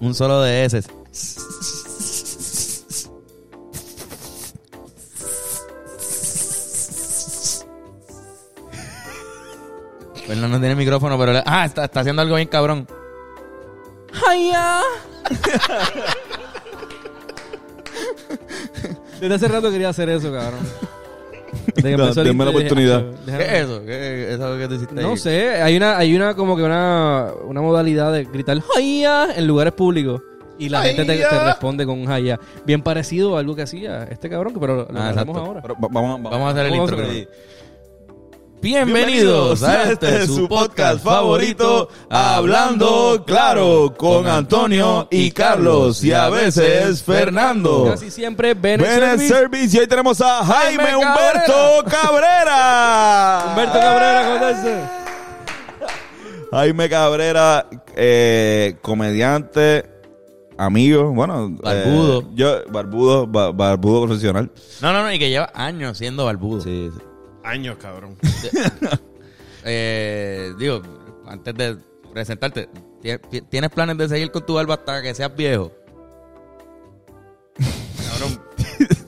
un solo de S. Fernando no tiene micrófono, pero... le- Ah, está, está haciendo algo bien cabrón. ¡Ay, ya! Desde hace rato quería hacer eso, cabrón. Desde que Da- empezó el denme la intro, dije, oportunidad. "Acho, déjame". ¿Qué es eso? ¿Qué es eso que tú hiciste No ahí? sé, hay una, hay una como que una, una modalidad de gritar jaya en lugares públicos. Y la gente te, ¡Jaya! te responde con un jaya. Bien parecido a algo que hacía este cabrón, que pero lo Ah, hacemos exacto. ahora. Pero va- vamos, vamos. Vamos a hacer el Vamos intro. a creo. Sí. Bienvenidos a este su podcast favorito, Hablando Claro, con Antonio y Carlos y a veces Fernando. Casi siempre ven Ven en Humberto service y ahí tenemos a Jaime, Jaime Humberto Cabrera. Cabrera, ¿cómo estás? Jaime Cabrera, eh, comediante, amigo, bueno. eh, Barbudo. yo, barbudo, ba- barbudo profesional. No, no, no, y que lleva años siendo barbudo. Sí, sí. Años, cabrón. Eh, digo, antes de presentarte, ¿tie- tie- ¿tienes planes de seguir con tu barba hasta que seas viejo? Cabrón.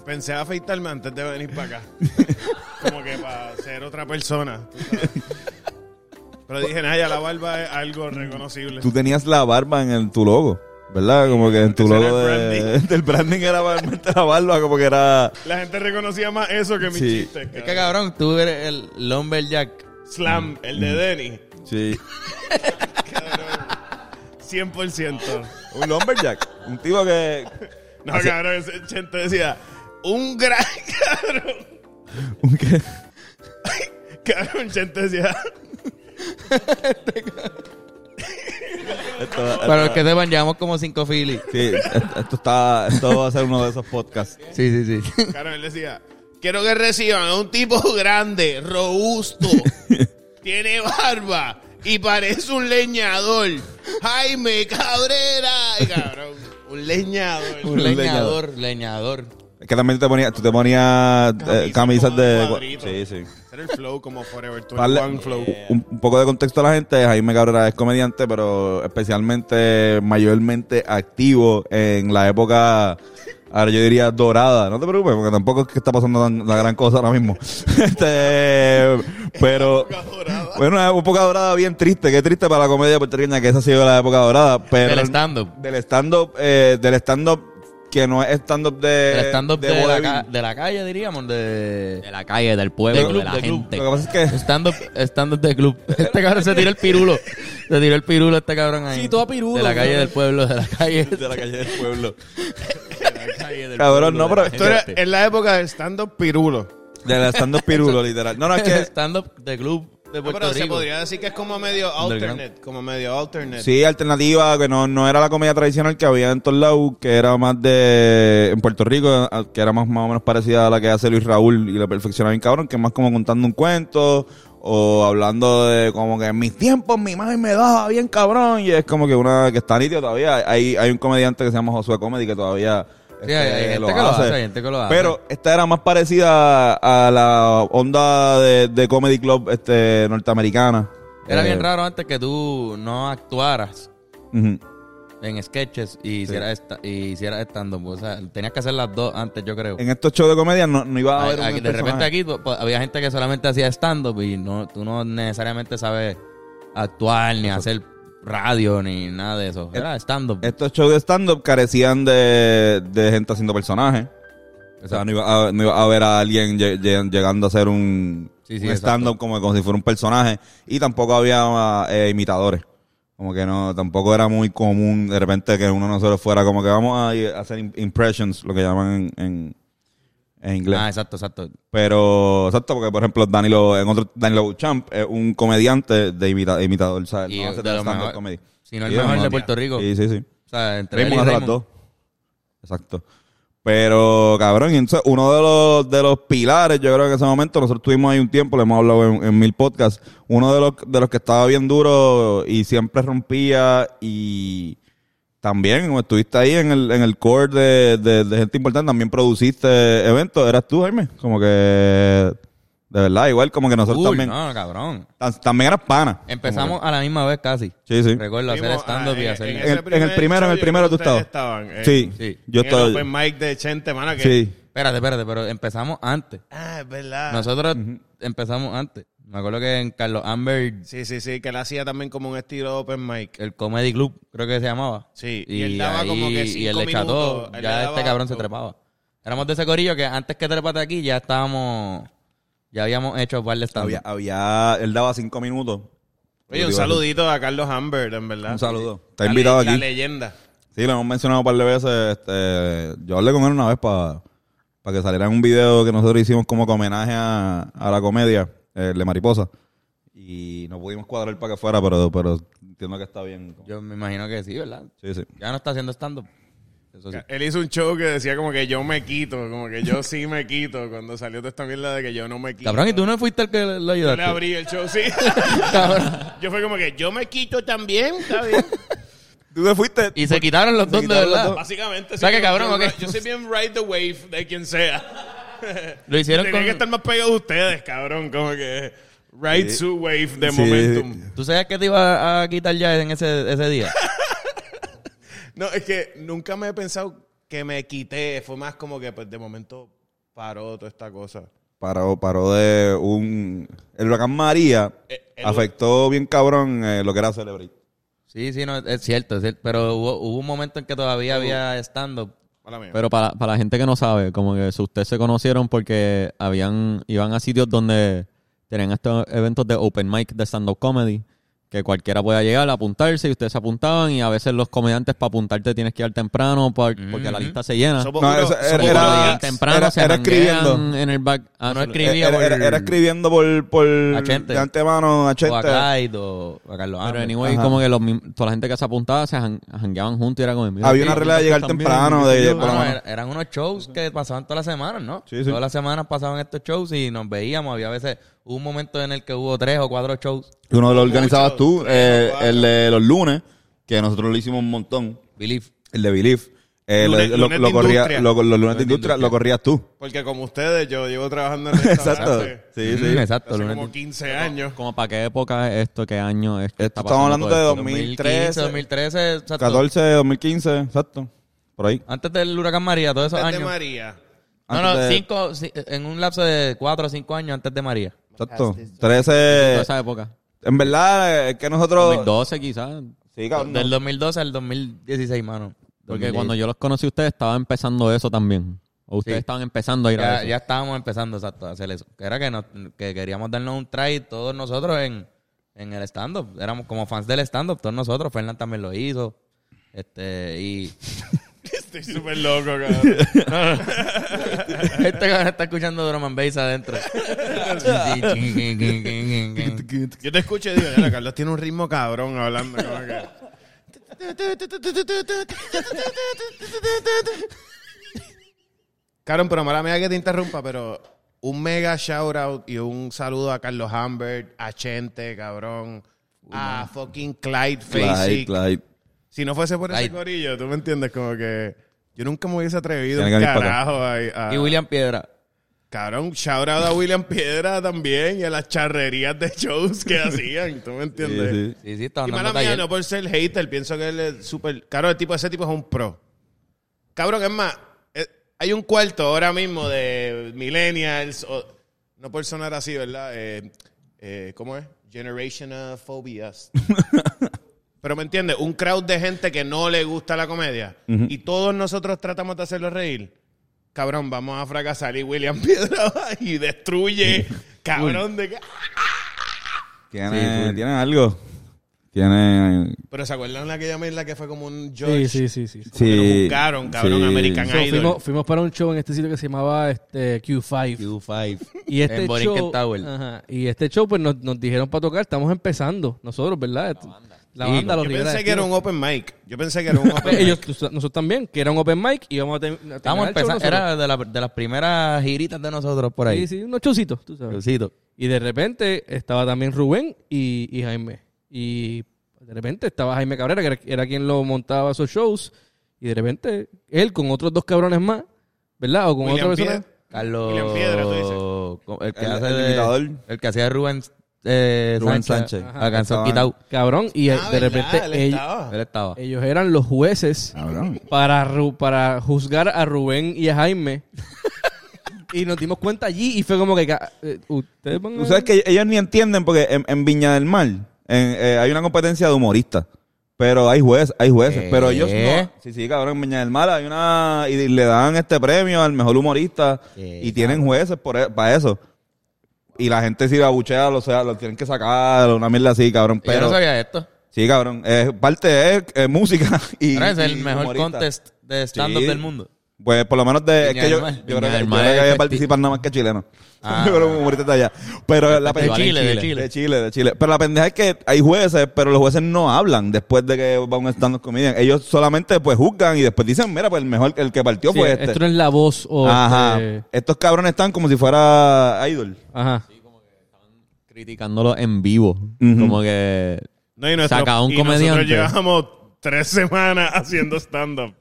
Pensé afeitarme antes de venir para acá. Como que para ser otra persona. tú sabes. Pero dije, Naya, la barba es algo reconocible. Tú tenías la barba en el- tu logo, ¿verdad? Como que en tu Ese era logo el de- branding. del branding era barba, la barba, como que era. La gente reconocía más eso que mis Sí. chistes. Es que cabrón. cabrón, tú eres el Lumberjack. Slam, el Mm. de Denny. Sí. 100%. Un lumberjack. un tipo que. No, cabrón, ese gente decía, un gran cabrón. un que- Cabrón, gente decía, esto- esto- Para los que sepan, llevamos como cinco filis. sí, esto, esto está, esto va a ser uno de esos podcasts. Sí, sí, sí. Claro, él decía, quiero que reciban a un tipo grande, robusto, tiene barba y parece un leñador. Jaime Cabrera. Ay, cabrón, un leñador. Un leñador. leñador, leñador. Es que también te ponía, tú te ponías eh, camisas como de. cuadritos. Sí, sí. Era el flow como Forever Darle 21 flow. un, un poco de contexto a la gente, Jaime Cabrera es comediante, pero especialmente, mayormente activo en la época, ahora yo diría dorada, no te preocupes, porque tampoco es que está pasando tan- la gran cosa ahora mismo. este, pero... Bueno, una época dorada bien triste, qué triste para la comedia puertorriqueña que esa ha sido la época dorada, pero... Del stand-up. Del stand-up, eh, del stand-up que no es stand-up de... El stand-up de, la vaudeville. ca- de la calle, diríamos, de... De la calle, del pueblo, De club, de la de club. gente. Lo que pasa es que... Stand-up stand de club. Este cabrón se tiró el pirulo. Se tiró el pirulo este cabrón ahí. Sí, todo a pirulo, De la calle cabrón. del pueblo, de la calle. De la calle del pueblo. de la calle del Cabrón, no, pero... pueblo, de la esto Esto era- era en la época de stand-up pirulo. De la stand-up pirulo, literal. No, no, es gente. que. stand-up de club de No, Puerto pero se Rico. podría decir que es como medio Underground. alternate. Como medio alternate. Sí, alternativa, que no, no era la comedia tradicional que había en todos lados, que era más de. En Puerto Rico, a- que era más, más o menos parecida a la que hace Luis Raúl y la perfeccionaba bien cabrón, que es más como contando un cuento o hablando de como que en mis tiempos mi madre me daba bien cabrón y es como que una que está nítido todavía. Hay, hay un comediante que se llama Josué Comedy que todavía. este, Sí, hay- hay gente que lo hace, hay gente que lo hace. Pero esta era más parecida a la onda de, de Comedy Club este, norteamericana. Era Eh, bien raro antes que tú no actuaras ujú. en sketches y hicieras, esta- y hicieras stand-up. O sea, tenías que hacer las dos antes, yo creo. en estos shows de comedia no, no iba a Ay, haber un aquí- de personaje. repente aquí pues, pues, había gente que solamente hacía stand-up y no, tú no necesariamente sabes actuar ni hacer radio ni nada de Eh, eso. Era stand-up. Estos shows de stand-up carecían de, de gente haciendo personajes. O sea, no iba, a, no iba a ver a alguien lle- lle- llegando a hacer un, Sí, sí, un exacto. stand-up como, como si fuera un personaje. Y tampoco había eh, imitadores. Como que no, tampoco era muy común de repente que uno no se lo fuera. Como que vamos a ir a hacer im- impressions, lo que llaman en, en- en inglés. Ah, exacto, exacto. Pero, exacto, porque por ejemplo, Danilo, en otro, Danilo Bouchamp es un comediante de imita- imitador, ¿sabes? Y No hace de lo stand-up mejor- comedy. si no el Sí, de lo mejor de mejor. Puerto Rico. Sí, sí, sí. O sea, entre él y Raymond hace las Raymond. dos. Exacto. Pero, cabrón, y entonces uno de los, de los pilares, yo creo que en ese momento, nosotros tuvimos ahí un tiempo, le hemos hablado en, en mil podcasts, uno de los, de los que estaba bien duro y siempre rompía y también como estuviste ahí en el, en el core de, de- de gente importante, también produciste eventos, eras tú, Jaime, como que De verdad, igual como que nosotros Cool, también. No, cabrón. tan- También eras pana. Empezamos a la misma vez casi. Sí, sí. Recuerdo hacer Fuimos stand-up a- y hacer... en- en el primero, en el show primero tú ustedes estabas. estaban, eh, Sí, Sí. Yo en estaba. El open mic de Chente, mano. Que, Sí. Espérate, espérate, pero empezamos antes. Ah, es verdad. Nosotros empezamos antes. Me acuerdo que en Carlos Amber, Sí, sí, sí, que él hacía también como un estilo de open mic. el Comedy Club, creo que se llamaba. Sí, Y, él daba como que Y él cinco le cható, minutos, ya él le este daba- cabrón se trepaba. Éramos de ese corillo que antes que trepate aquí ya estábamos... Ya habíamos hecho un par de stand Había, había- él daba cinco minutos. Oye, un saludito a Carlos Humbert, en verdad. Un saludo. La Está invitado le- La aquí. leyenda. Sí, lo hemos mencionado un par de veces. Este, yo hablé con él una vez para que saliera en un video que nosotros hicimos como que homenaje a, a la comedia, el de Mariposa. Y no pudimos cuadrar para que fuera, pero, pero entiendo que está bien. Yo me imagino que sí, ¿verdad? Sí, sí. Ya no está haciendo stand-up. Eso Pues sí. Él hizo un show que decía como que yo me quito, como que yo sí me quito, cuando salió toda esta mierda de que yo no me quito. Cabrón, ¿y tú no fuiste el que lo Yo le ayudaste? abrí el show, sí. Cabrón. yo fue como que yo me quito también, está bien. Tú te fuiste. Y se quitaron los dos de quitaron los verdad. Básicamente, O sea, que yo- cabrón, yo, ok. yo soy bien ride the wave de quien sea. Lo hicieron Tienen que con... estar más pegados ustedes, cabrón, como que ride Sí. su wave de Sí. momentum. ¿Tú sabes que te iba a quitar ya en ese, ese día? No, es que nunca me he pensado que me quité. Fue más como que pues, de momento paró toda esta cosa. Paró, paró de un. El huracán María Eh, el- afectó bien cabrón eh, lo que era Celebrate. Sí, sí, no, es cierto, es cierto. Pero hubo, hubo un momento en que todavía había stand-up. Mala mía. Pero para, para la gente que no sabe, como que si ustedes se conocieron porque habían iban a sitios donde tenían estos eventos de open mic de stand-up comedy, que cualquiera podía llegar a apuntarse y ustedes se apuntaban y a veces los comediantes para apuntarte tienes que ir temprano por- porque la lista se llena. Somos No, unos- eso era- somos Como unos que era- llegan temprano, era- se era manguean escribiendo. en el back. Ah, no sí, eh, escribía era, por... era- era escribiendo por, por A Chente. de antemano a Chente. o a Clyde o a Carlos Pero Ángel. anyway, Ajá. como que los, mim- toda la gente que se apuntaba se jan- jangueaban juntos y era como... mira, Había tío, una regla de nosotros llegar también, temprano, qué de- sé yo. por la Bueno, mano. Ah, era- eran unos shows que pasaban todas las semanas, ¿no? Sí, sí. Todas las semanas pasaban estos shows y nos veíamos. Había veces, hubo un momento en el que hubo tres o cuatro shows. Y uno lo organizabas Muchos, tú, tres, eh, cuatro. el de los lunes, que nosotros lo hicimos un montón, Believe. el de Belief. Eh, Lunes- lo, lo- lunes lo de corría, industria. lo- los lunes de industria lo corrías tú. Porque como ustedes, yo llevo trabajando en Exacto. restaurante Sí, Mm, sí. exacto. hace lunes como de- 15 años. Como para qué época es esto, qué año es. que Esto está estamos hablando pasando todo de esto? 2013, 2013, exacto. 14, 2015, exacto. Por ahí. Antes del huracán María, todos esos Antes de años. María. No, Antes no, de- cinco, ci- en un lapso de cuatro o cinco años antes de María. Exacto. Toda 13. esa época. En verdad, es que nosotros. 2012 quizás. Sí, cabrón. Del 2012 al 2016, mano. Porque 2016. cuando yo los conocí a ustedes estaba empezando eso también. O ustedes Sí. estaban empezando a ir a ya, eso. ya estábamos empezando exacto, a hacer eso. Que era que, nos- que queríamos darnos un try todos nosotros en, en el stand-up. Éramos como fans del stand-up, todos nosotros. Fernán también lo hizo. Este, y Estoy súper loco, cabrón. este cabrón está escuchando drum and bass adentro. Yo te escucho y digo, "Mira, Carlos tiene un ritmo cabrón hablando. Como que... Cabrón, pero mala mía que te interrumpa, pero un mega shout out y un saludo a Carlos Humbert, a Chente, cabrón, a fucking Clyde Clyde, Facey. Clyde. Si no fuese por ese Clyde. corillo, tú me entiendes, como que yo nunca me hubiese atrevido un Tiene que venir para carajo a, a- y William Piedra. Cabrón, shout out a William Piedra también y a las charrerías de shows que hacían, ¿tú me entiendes? Sí, sí. Sí, sí, estaba Y mala hablando mía, ayer. no por ser hater, pienso que él es súper... Cabrón, el tipo, ese tipo es un pro. Cabrón, es más, eh, hay un cuarto ahora mismo de millennials, o- no por sonar así, ¿verdad? Eh, eh, ¿Cómo es? Generational phobias. Pero me entiendes, un crowd de gente que no le gusta la comedia y todos nosotros tratamos de hacerlo reír. Cabrón, vamos a fracasar y William Piedra va y destruye. Cabrón de... ca- Tiene, tiene algo. Tiene. Pero ¿se acuerdan la que llamé la que fue como un George? Sí, sí, sí, sí. Sí. que lo juzgaron, cabrón, American So, Idol. fuimos, fuimos para un show en este sitio que se llamaba este, Q5. Q5. Y este En Borinquen show, Tower. ajá, y este show pues nos, nos dijeron para tocar, estamos empezando nosotros, ¿verdad? Este, La banda, Sí, los Yo Rivera pensé que Destino. era un open mic. Yo pensé que era un open Pues, mic. ellos, nosotros también, que era un open mic y íbamos a, terminar el Estábamos show empezando, nosotros. era de, la- de las primeras giritas de nosotros por ahí. Sí, sí, unos chocitos, tú sabes. Crucito. Y de repente estaba también Rubén y, y Jaime. Y de repente estaba Jaime Cabrera, que era, era quien lo montaba esos shows. Y de repente él con otros dos cabrones más, ¿verdad? O con William otra persona. Piedra. Carlos. William Piedra, tú dices. El que El- hace el de- imitador. el que hacía de Rubén, eh, Rubén Sánchez. Sánchez. Alcanzó Estaban- quitado. Cabrón, y eh, Ah, de ¿verdad? repente Él ell- estaba. Él estaba. ellos eran los jueces Cabrón. para, Ru- para juzgar a Rubén y a Jaime. y nos dimos cuenta allí y fue como que... ca- eh, Ustedes van a- Tú sabes que ellos ni entienden porque en, en Viña del Mar en- eh, hay una competencia de humoristas. Pero hay jueces, hay jueces. ¿Qué? Pero ellos no. Sí, sí, cabrón, en Viña del Mar hay una... Y le dan este premio al mejor humorista. ¿Qué? Y tienen jueces por, e- para eso. Y la gente si lo abuchea, lo, sea, lo tienen que sacar, una mierda así, cabrón. Yo no Pero... sabía esto. Sí, cabrón. Es parte es, eh, música y. Pero es y el mejor humorista. contest de stand-up Sí. del mundo. Pues por lo menos de. es Viña que yo, del Mar. yo creo Viña que, del yo Mar creo que es festi- participan nada más que chilenos. Ah. yo creo que humorista está allá. Pero la De pendeja. Chile, de Chile. De Chile, de Chile. Pero la pendeja es que hay jueces, pero los jueces no hablan después de que va un stand-up comedian. Ellos solamente pues juzgan y después dicen, mira, pues el mejor, el que partió Sí, eh, fue este. Esto no es la voz o... Ajá. este- Estos cabrones están como si fuera idol. Ajá. criticándolo en vivo. Ujú. Como que. No, y nuestro- Saca un y nosotros comediante. llevamos tres semanas haciendo stand-up.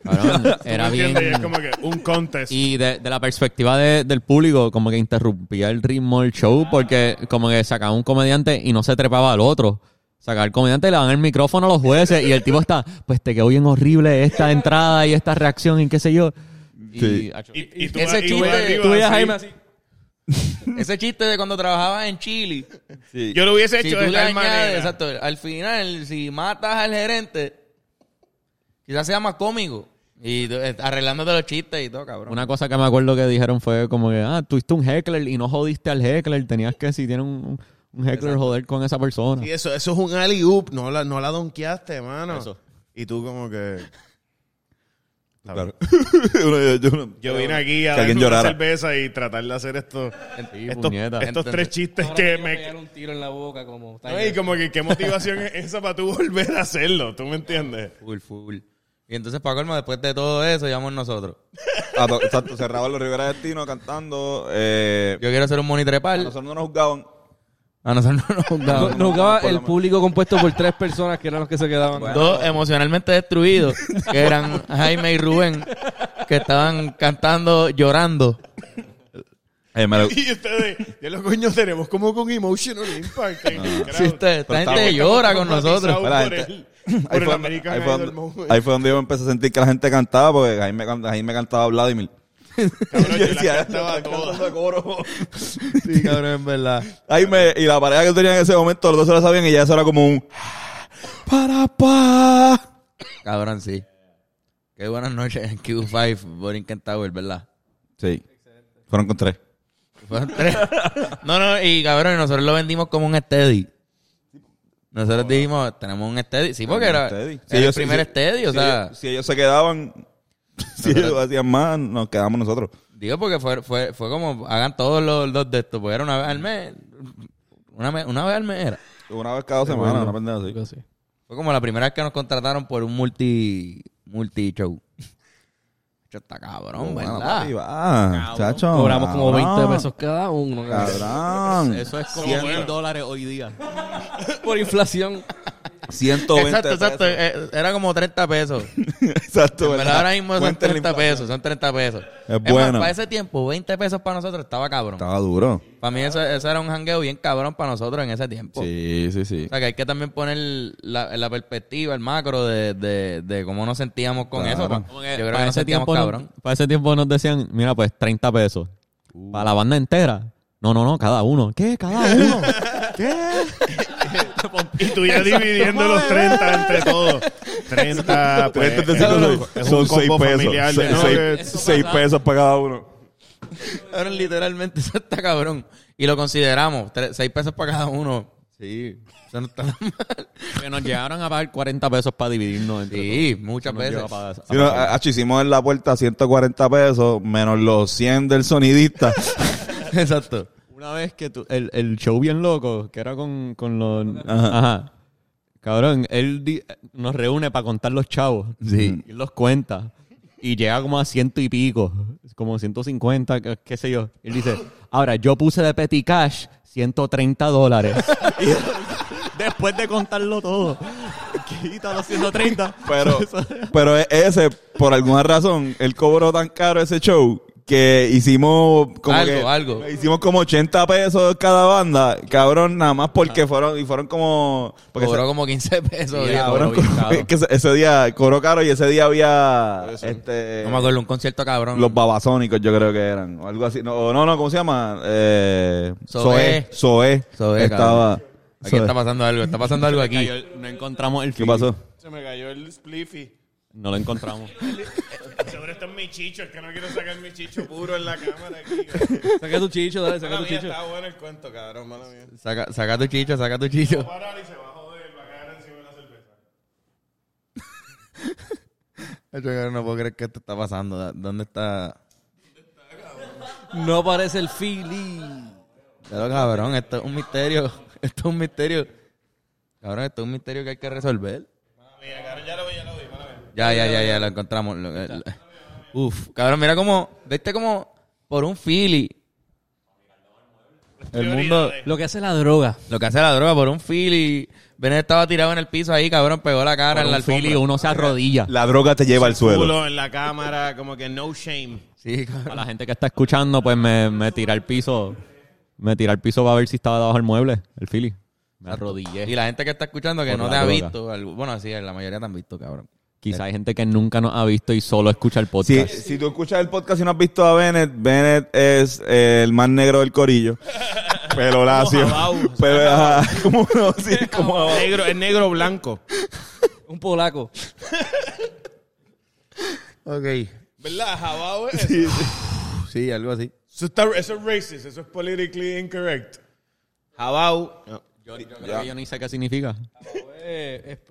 cabrón, ¿Tú me era bien. entiendes? Y es como que un contest. Y de, de la perspectiva de- del público, como que interrumpía el ritmo del show, porque como que sacaba un comediante y no se trepaba al otro. Sacaba el comediante y le dan el micrófono a los jueces y el tipo está, pues te quedó bien horrible esta entrada y esta reacción y qué sé yo. Y, Sí. Y- y tú vas- Ese y tú vas chiste, arriba, tú veías a así. Jaime así. Ese chiste de cuando trabajaba en Chile. Sí. Yo lo hubiese Si hecho tú de le tal añades, manera. exacto, al final, si matas al gerente, quizás sea más cómico. Y tú, eh, arreglándote los chistes y todo, cabrón. Una cosa que me acuerdo que dijeron fue como que, ah, tuviste un heckler y no jodiste al heckler, tenías que, si tienes un, un heckler, joder con esa persona. Y eso, eso es un alley-oop. No la, no la donkeaste, mano. Y tú como que... Claro. Yo- yo- yo- Yo vine aquí a Que darme alguien una llorara. cerveza y tratar de hacer esto, Sí, estos, puñeta. estos tres chistes que me... un tiro en la boca como... No, y como que qué motivación es esa para tú volver a hacerlo, ¿tú me entiendes? Full, full. Y entonces, para colmo, después de todo eso, llamamos nosotros. a to- Exacto, cerraba los Rivera Destino cantando. Eh, Yo quiero hacer un a monitrepal. nosotros no nos juzgaban. A nosotros no nos No, juzgaban. no jugaba Por lo el menos. público compuesto por tres personas que eran los que se quedaban. Dos emocionalmente destruidos, que eran Jaime y Rubén, que estaban cantando, llorando. Eh, me lo- Y ustedes, ya los coños tenemos como con emotional impact. en el crowd. Sí, usted, esta Pero gente estamos- llora con nosotros. Por Mira, el- gente, por ahí el fue American ahí fue Idol donde- moment. ahí fue donde yo empecé a sentir que la gente cantaba, porque ahí me, ahí me cantaba Vladimir. Cabrón, yo yo la decía, cantaba "Está toda". cantando coro. Sí, cabrón, en verdad. Ahí me- y la pareja que tenía en ese momento, los dos se lo sabían y ya eso era como un... Para, pa. Cabrón, sí. Qué buenas noches en Q5, Borinquen Tower, ¿verdad? Sí. Fueron con tres. Fueron tres. No, no, y cabrón, nosotros lo vendimos como un steady. Nosotros dijimos, tenemos un steady. Sí, porque era, Steady. era Si ellos- el primer si- steady, o si sea. ellos- si ellos se quedaban, si ellos hacían más, nos quedamos nosotros. Digo, porque fue, fue, fue como, hagan todos los, los de estos, porque era una vez al mes. Una, me- una vez al mes era. Una vez cada semana, una pendeja así. Algo así. Fue como la primera vez que nos contrataron por un multi, multi show. Chacho, Está cabrón, Bueno, ¿verdad? papi, va, chacho, Cobramos como 20 cabrón. pesos cada uno. Cabrón. Eso es como Sí, mil bueno. dólares hoy día. Por inflación. 120 exacto, exacto. pesos. Eh, Era como 30 pesos. exacto, En verdad, ahora mismo son Cuenta la 30 inflación. pesos. Son 30 pesos. Es más, bueno. para ese tiempo, 20 pesos para nosotros estaba cabrón. Estaba duro. Para mí eso, eso era un jangueo bien cabrón para nosotros en ese tiempo. Sí, sí, sí. O sea, que hay que también poner la, la perspectiva, el macro de, de, de cómo nos sentíamos con Claro. eso. pa- Como Yo que creo para que nos ese sentíamos tiempo no- cabrón. para ese tiempo nos decían, mira, pues 30 pesos. Uh. Para la banda entera. No, no, no, cada uno. ¿Qué? Cada uno. ¿Qué? Y tú ya dividiendo los 30 entre todos. 30, pues, 30 es un- es un son combo 6 familiar pesos. de nuggets. 6 pesos para cada uno. Ahora literalmente eso está cabrón. Y lo consideramos. tre- seis pesos para cada uno. Sí. Eso no está tan mal. Que nos llegaron a pagar 40 pesos para dividirnos entre Sí, todos. muchas Nos veces. llegó a pagar- a Si no, pagar. ah, acho, hicimos en la puerta 140 pesos menos los 100 del sonidista. Exacto. Una vez que tú- el, el show bien loco, que era con, con los... Ajá. Ajá. Cabrón, él di- nos reúne para contar los chavos. Sí. Y él los cuenta. Y llega como a ciento y pico. Como 150, qué, qué sé yo. Y él dice, ahora, yo puse de petty cash 130 dólares. Y después de contarlo todo, quita los 130. Pero, pero e- ese, por alguna razón, él cobró tan caro ese show que hicimos como Algo, que- algo. hicimos como 80 pesos cada banda, cabrón, nada más porque fueron y fueron como porque Cobró se- como 15 pesos. Ya, tío. cabrón, cobró bien caro. que ese, ese día cobró caro y ese día había este no me acuerdo, un concierto cabrón. los babasónicos yo creo que eran o algo así no o no no cómo se llama eh, Zoé. Zoé Zoé Zoé, estaba Aquí Zoé. está pasando algo, está pasando algo aquí. No encontramos el ¿qué pasó? Se me cayó el spliffy. No lo encontramos. Seguro esto es mi chicho, es que no quiero sacar mi chicho puro en la cámara aquí. Saca tu chicho, dale, saca Mala tu mía, chicho. está bueno el cuento, cabrón, mala mía. Saca, saca tu chicho, saca tu chicho. Parar y se va a joder, va a caer encima de la cerveza. No puedo creer que esto está pasando. ¿Dónde está? No parece el Philly. Pero cabrón, esto es un misterio. Esto es un misterio. Cabrón, esto es un misterio que hay que resolver. Ah, Mira, cabrón, ya lo vi, ya lo vi, mala mía. Ya, ya, ya, ya, lo encontramos. Lo- lo- eh, Uf, cabrón, mira cómo, viste como por un Philly. El mundo, Lo que hace la droga. lo que hace la droga por un Philly. Benet estaba tirado en el piso ahí, cabrón, pegó la cara en la Al alfombra. Philly uno se arrodilla. la droga te lleva al suelo Culo en la cámara, como que no shame. Sí, cabrón. A la gente que está escuchando, pues me, me tiré al piso. Me tiré al piso para ver si estaba debajo del mueble, el Philly. Me arrodillé. Y la gente que está escuchando que Por no la te ha droga. visto, al- bueno, sí, la mayoría te han visto, cabrón. Quizá hay gente que nunca nos ha visto y solo escucha el si, podcast. si tú escuchas el podcast y no has visto a Bennett Bennett es eh, el más negro del corillo pero lacio pero ajá, como no sí, como Negro, es negro blanco. Un polaco. Ok. ¿Verdad? Jabao es. Sí, algo así. Eso, está, eso es racist, eso es politically incorrect. Jabao. Yo, yo creo que yo ni sé qué significa. Tú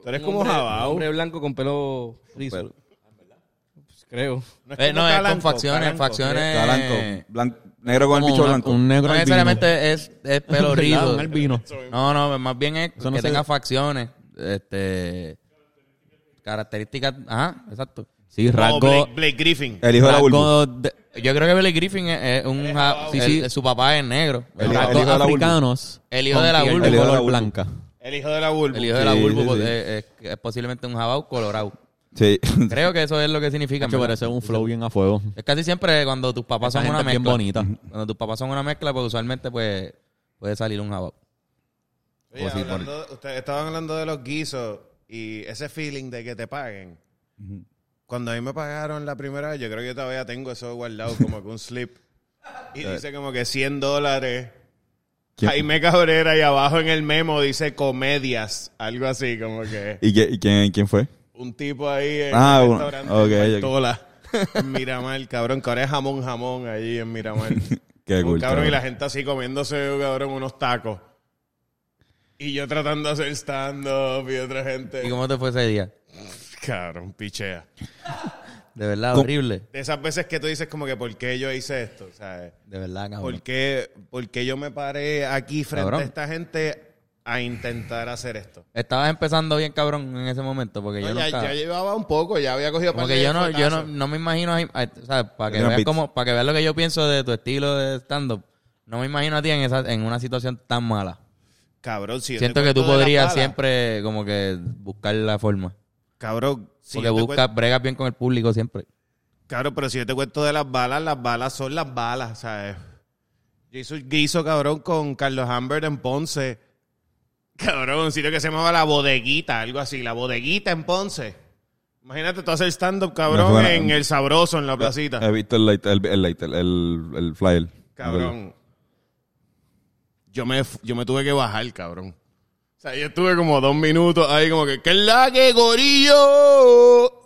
eres como Jabao. Pues, Hombre blanco con pelo rizo. Pues, creo. No, Eh, no, es calanco, con facciones, calanco, facciones. blanco blan- negro con el Como bicho una- blanco Un negro No albino. necesariamente es, es pelo ¿Verdad? rizo. Un albino. No, no, más bien es Eso no que se- tenga facciones. Este, características. Ajá, exacto. Sí, creo. No, rasgo. Blake, Blake Griffin. Eh. el hijo de la rasgo vulva de- Yo creo que Billy Griffin es, es un. ja- Sí, el- sí. su papá es negro. El hijo- rasgos el hijo de la vulva. africanos. El hijo de la con piel vulva. El hijo de la color vulva. blanca. El hijo de la vulva. El hijo de la Sí, vulva sí, pues, sí. Es, es- es posiblemente un jabao colorado. sí Creo que eso es lo que significa. Hacho, ¿verdad? pero ese es un flow bien a fuego. Es casi siempre cuando tus papás Esa son gente una es bien mezcla. bonita. Cuando tus papás son una mezcla, pues usualmente pues, puede salir un jabao. Pues Oye, hablando- ustedes estaban hablando de los guisos y ese feeling de que te paguen. Cuando a mí me pagaron la primera vez, yo creo que yo todavía tengo eso guardado como que un slip. Y Eh. dice como que 100 dólares. ¿Quién? Jaime Cabrera y abajo en el memo dice comedias. Algo así como que y, qué- y quién, quién fue un tipo ahí en Ah, un bueno, restaurante ok, en ok. Bartola, en Miramar, cabrón, que ahora es jamón jamón ahí en Miramar. Qué Un cool, cabrón, y cabrón. la gente así comiéndose, cabrón, unos tacos. Y yo tratando de hacer stand-up y otra gente. ¿Y cómo te fue ese día? Cabrón, pichea. De verdad, ¿Cómo? horrible. De esas veces que tú dices como que, ¿por qué yo hice esto? ¿Sabes? Ah, De verdad, cabrón. ¿Por qué, por qué yo me paré aquí frente Cabrón. a esta gente a intentar hacer esto? Estabas empezando bien, cabrón, en ese momento, porque No, yo ya, nunca- ya llevaba un poco, ya había cogido Como par que de yo no, yo no, fotazos. no me imagino, a- a- o sea, para que Eran veas beats. como, para que veas lo que yo pienso de tu estilo de stand-up, no me imagino a ti en esa, en una situación tan mala. Cabrón, si yo te Siento que cuento tú de la podrías mala, siempre como que buscar la forma. Cabrón, si porque yo te buscas, bregas bien con el público siempre. Cabrón, pero si yo te cuento de las balas, las balas son las balas, ¿sabes? Yo hice un guiso, cabrón, con Carlos Humbert en Ponce. Cabrón, un sitio que se llamaba La Bodeguita, algo así. La Bodeguita en Ponce. Imagínate tú hacer stand-up, cabrón, Me suena- en El Sabroso, en la placita. He visto el light, el, el, light- el, el- el flyer. Cabrón. Yo me, yo me tuve que bajar, cabrón. O sea, yo estuve como dos minutos ahí como que, ¿qué es la que, gorillo?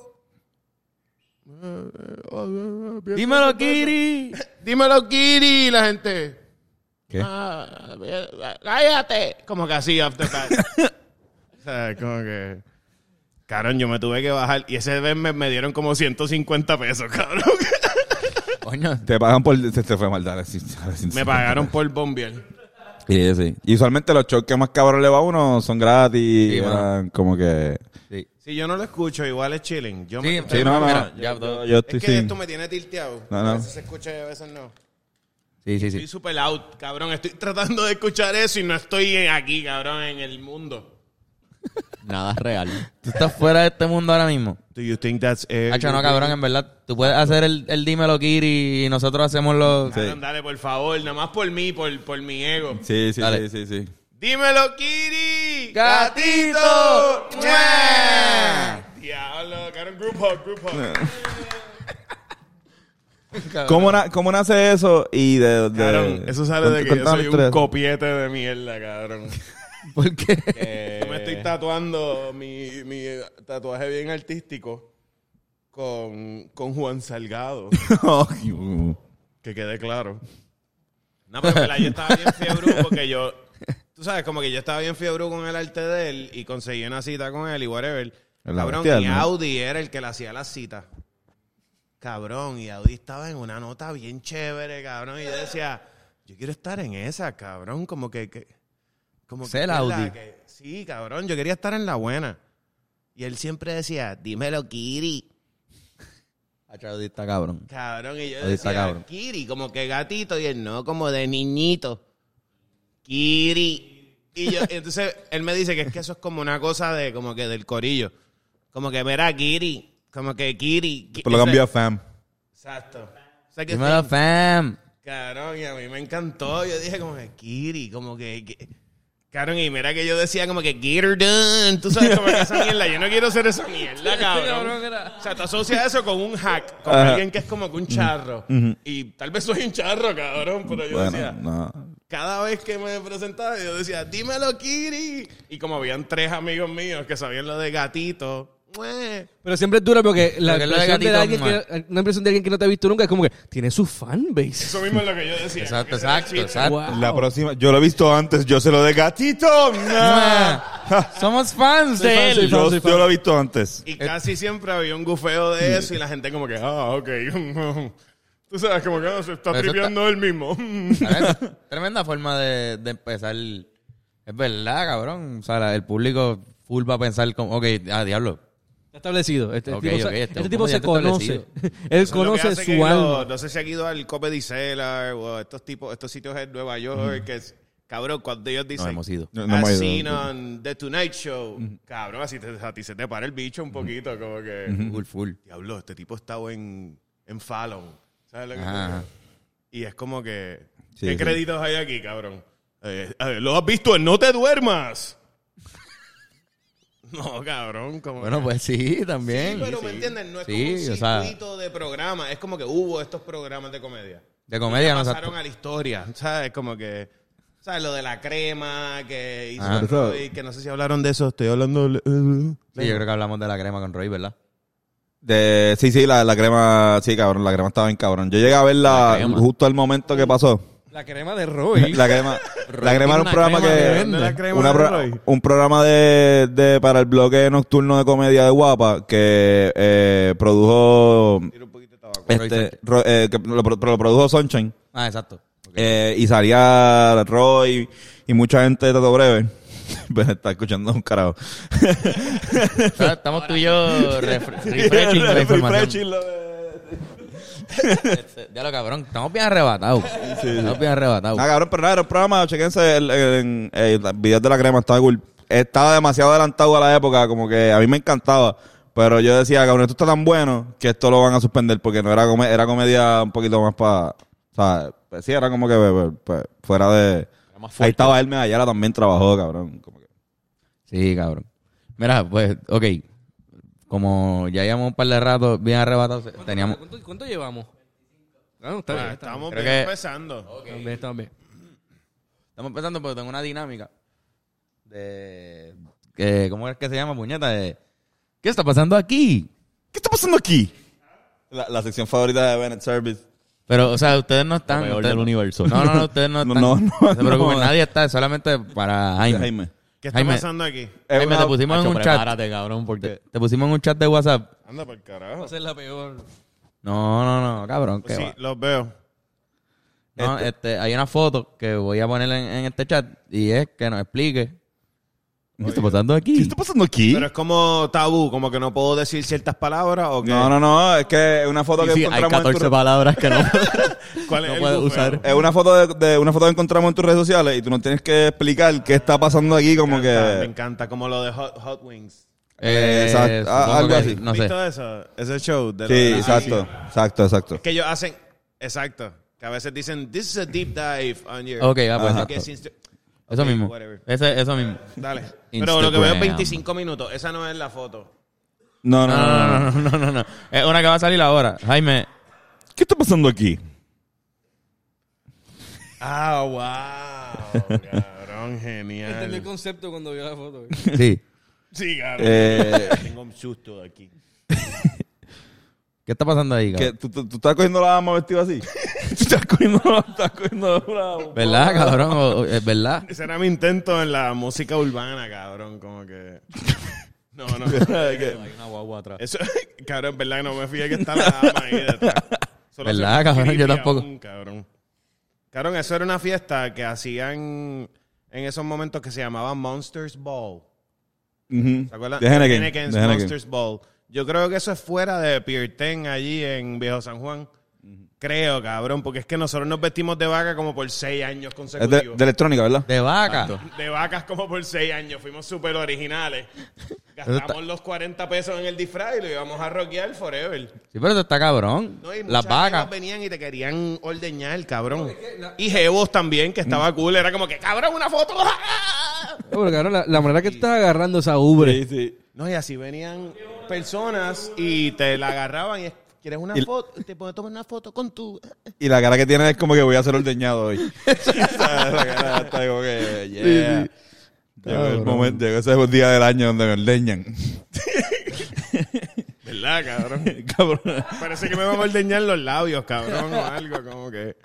Dímelo, Kiri. Dímelo, Kiri, y la gente. ¿Qué? "Ah, cállate. Como que así, after that. o sea, como que. Cabrón, yo me tuve que bajar. Y ese vez me, me dieron como 150 pesos, cabrón. Coño, Te pagan por... Se, se fue mal, dale. sí, dale, sí, me sí. pagaron por bombear. Sí, sí. Y usualmente los shows que más cabrón le va a uno son gratis. Sí, eran como que... sí. Si yo no lo escucho, igual es chilling. Yo Sí, me- sí, Sí, no, no. Mira, yo- ya, yo, todo. yo Es que estoy sin- esto me tiene tilteado. No, A no. veces se escucha y a veces no. Sí, sí, Estoy sí. super out, cabrón. Estoy tratando de escuchar eso y no estoy en- aquí, cabrón, en el mundo. Nada es real. Tú estás fuera de este mundo ahora mismo. Do you think that's... eh, Hacho, no, cabrón, en verdad. Tú puedes hacer el, el dímelo, Kiri, y nosotros hacemos los. Cabrón, Dale, por favor, nada más por mí, por, por mi ego. Sí, sí, Dale. sí, sí, sí. Dímelo, Kiri. ¡Gatito! ¡Mua! Diablo, cabrón, group hug, group hug. ¿Cómo, na- cómo nace eso? Y de, de- Cabrón, eso sale de que yo contame soy la un historia. copiete de mierda, cabrón. Eh, ¿Por qué? Yo me estoy tatuando mi, mi tatuaje bien artístico con, con Juan Salgado, Ay, uh. que quede claro. No, pero en verdad yo estaba bien fiebre porque yo, tú sabes, como que yo estaba bien fiebre con el arte de él y conseguí una cita con él y whatever. La Cabrón, bestia, y ¿no? Audi era el que le hacía las citas. Cabrón, y Audi estaba en una nota bien chévere, cabrón. Y yo decía, yo quiero estar en esa, cabrón. Como que. que- como Es el mierda, Audi. que- sí, cabrón, yo quería estar en la buena. Y él siempre decía, dímelo, Kiri. Hacho, Audi está cabrón. Cabrón, y yo Audi está decía, cabrón. Kiri, como que gatito. Y él, no, como de niñito. Kiri. Y yo, entonces él me dice que es que eso es como una cosa de, como que del corillo. Como que verá Kiri. Como que Kiri. Ki- Pero lo o sea, cambió a fam. Exacto. O sea que Dímelo, sí, fam. cabrón, y a mí me encantó. Yo dije como que Kiri, como que... que- Cabrón, y mira que yo decía como que get her done. Tú sabes cómo es esa mierda. Yo no quiero ser esa mierda, cabrón. O sea, te asocias eso con un hack, con Ajá. alguien que es como que un charro. Y tal vez soy un charro, cabrón, pero yo Bueno, decía... no. Cada vez que me presentaba, yo decía, dímelo, Kiri. Y como habían tres amigos míos que sabían lo de gatito, ¡mue! Pero siempre es dura porque la Porque lo de impresión de, gatito, alguien ma. que, una impresión de alguien que no te ha visto nunca es como que tiene su fanbase. eso mismo es lo que yo decía. Exacto, Ese era el exacto, chiste. exacto. Wow. La próxima, yo lo he visto antes, yo se lo de gatito. Mua. Ah, Somos fans Soy fan, de soy fan. él. Yo, yo lo he visto antes. Y casi siempre había un gufeo de eso y la gente como que, ah, ok. Tú sabes, como que ah, se está Eso está- tripeando él mismo. Cabrón, Tremenda forma de, de empezar. Es verdad, cabrón. O sea, la- el público full va a pensar como, ok, ah, diablo. Está establecido. Este Ok, tipo, se, ok, este- este tipo ¿cómo ya se está conoce. Él Eso es lo que conoce hace que su alma. lo- no sé si ha ido al Comedy Cellar o estos tipos, estos sitios en Nueva York, que es, cabrón, cuando ellos No, dicen, hemos ido. No, "As no me ha ido. seen on The Tonight Show, cabrón, así te, a ti se te para el bicho un poquito, como que, Full, full. diablo, este tipo está en, en Fallon, ¿sabes lo que te Ajá. digo? Y es como que, Sí, ¿qué sí. créditos hay aquí, cabrón? Eh, eh, ¿Lo has visto en No Te Duermas? no, cabrón, como Bueno, pues sí, también. Sí, pero me entiendes, no es Sí, como o un sea- circuito de programa, es como que hubo estos programas de comedia. De comedia, no Pasaron a la historia, ¿sabes? Como que, ¿sabes? Lo de la crema, que hizo Ah. Roy, que no sé si hablaron de eso, estoy hablando... Sí, yo creo que hablamos de la crema con Roy, ¿verdad? De, sí, sí, la, la crema, sí, cabrón, la crema estaba bien cabrón. Yo llegué a La verla crema. justo al momento que pasó. La crema de Roy. La crema, la crema era un Una programa crema de que, vende. La crema una de pro- Roy. un programa de, de- para el bloque nocturno de comedia de Guapa que eh, produjo, este, Ro- eh, que lo, pro- lo produjo Sunshine Ah, exacto. eh, y salía Roy y mucha gente de Tato Breve. Pero está escuchando un carajo. O sea, Estamos tú y yo refre- refreshing la información. Refreshing lo de- Ya lo cabrón, estamos bien arrebatados. Estamos bien arrebatados. Ah, cabrón, pero nada, era un programa, chequense el, el- en- eh, los videos de la crema, estaba cool. Estaba demasiado adelantado a la época, como que a mí me encantaba. Pero yo decía, cabrón, esto está tan bueno que esto lo van a suspender porque no era, come- era comedia un poquito más para... O sea, pues sí, era como que pues, pues, fuera de... más fuerte. Ahí estaba Hermes Ayala, también trabajó, cabrón. como que- Sí, cabrón. Mira, pues, ok. Como ya llevamos un par de ratos bien arrebatados, teníamos... ¿Cuánto, cuánto llevamos? Ah, no, está bien, está Estamos Creo bien que- empezando. bien. Está bien, está bien. Estamos empezando porque tengo una dinámica de... que- ¿Cómo es que se llama, puñeta? De, ¿Qué está pasando aquí? ¿Qué está pasando aquí? La, la sección favorita de Bennett Service. Pero, o sea, ustedes no están... Lo peor ustedes- del universo. No, no, no, ustedes no No, están. no, no, se preocupen, no. nadie está, solamente para Jaime. Jaime. ¿Qué está Jaime, pasando aquí? Es Jaime, una- te pusimos en Hacho, un chat. prepárate, cabrón, porque... Te pusimos en un chat de WhatsApp. Anda para el carajo. Pues Esa es la peor. No, no, no, cabrón. qué sí, este va. los veo. No, este... hay una foto que voy a poner en, en este chat y es que nos explique. ¿Qué está pasando ¿Qué aquí? está pasando aquí? Pero es como tabú, como que no puedo decir ciertas palabras o que... No, no, no, es que es una foto Y que sí, hay encontramos en tu 14 palabras que no, ¿Cuál es no el puedes bufeo? usar. Es una foto de, de- una foto que encontramos en tus redes sociales y tú nos tienes que explicar qué está pasando aquí como Me encanta, Me que encanta, como lo de Hot, Hot Wings. Eh, Exacto, ah, supongo algo que- así. No sé. ¿Visto eso? Ese show. De lo Sí, de la- exacto, exacto, exacto. Que ellos hacen. Exacto. Que a veces dicen, this is a deep dive on your. Ok, ah, pues I Ajá. exacto. guess Insta- Eso Ok, mismo. whatever. Ese, eso mismo. Dale. Pero lo que veo es Instagram. 25 minutos. Esa no es la foto. No, No, no, no. no, no. no, no, no, no, no. Es una que va a salir ahora. Jaime, ¿Qué está pasando aquí? Ah, wow. Cabrón, Entendí el genial. concepto cuando vio la foto. güey. sí. Sí, cabrón. Eh, Tengo un susto aquí. ¿Qué está pasando ahí, que cabrón? tú, tú- tú estás cogiendo la dama vestida así? ¿Tú estás cogiendo, estás cogiendo la ¿Verdad, cabrón? O- o- es ¿Verdad? Ese era mi intento en la música urbana, cabrón. Como que. No, no. Hay una guagua atrás. Eso, cabrón, en verdad que no me fijé que está la dama ahí detrás. Solo ¿Verdad, se me cabrón? escribe Yo tampoco. aún, cabrón. Cabrón, eso era una fiesta que hacían en esos momentos que se llamaba Monsters Ball. ¿Se acuerdan? De Henneken. Henneken's de Henneken. Monsters Ball. Yo creo que eso es fuera de Pierten allí en Viejo San Juan. Creo, cabrón, porque es que nosotros nos vestimos de vaca como por seis Es años de, consecutivos. de electrónica, ¿verdad? De vaca. De vacas como por seis años. Fuimos súper originales. Gastamos los 40 pesos en el disfraz y lo íbamos a rockear forever. Sí, pero eso está cabrón. No, y muchas Las vacas. jevas venían y te querían ordeñar, cabrón. Y Jevos también, que estaba cool. Era como que, cabrón, una foto. No, pero cabrón, la, la manera que tú estás agarrando esa ubre. No, y así venían personas y te la agarraban y es, ¿quieres una Y- foto? Te puedo tomar una foto con tu... Y la cara que tiene es como que voy a ser ordeñado hoy. la cara está como que, yeah. Llegó el momento, llegó ese día del año donde me ordeñan. ¿Verdad, cabrón? Cabrón. Parece que me van a ordeñar los labios, cabrón, o algo como que...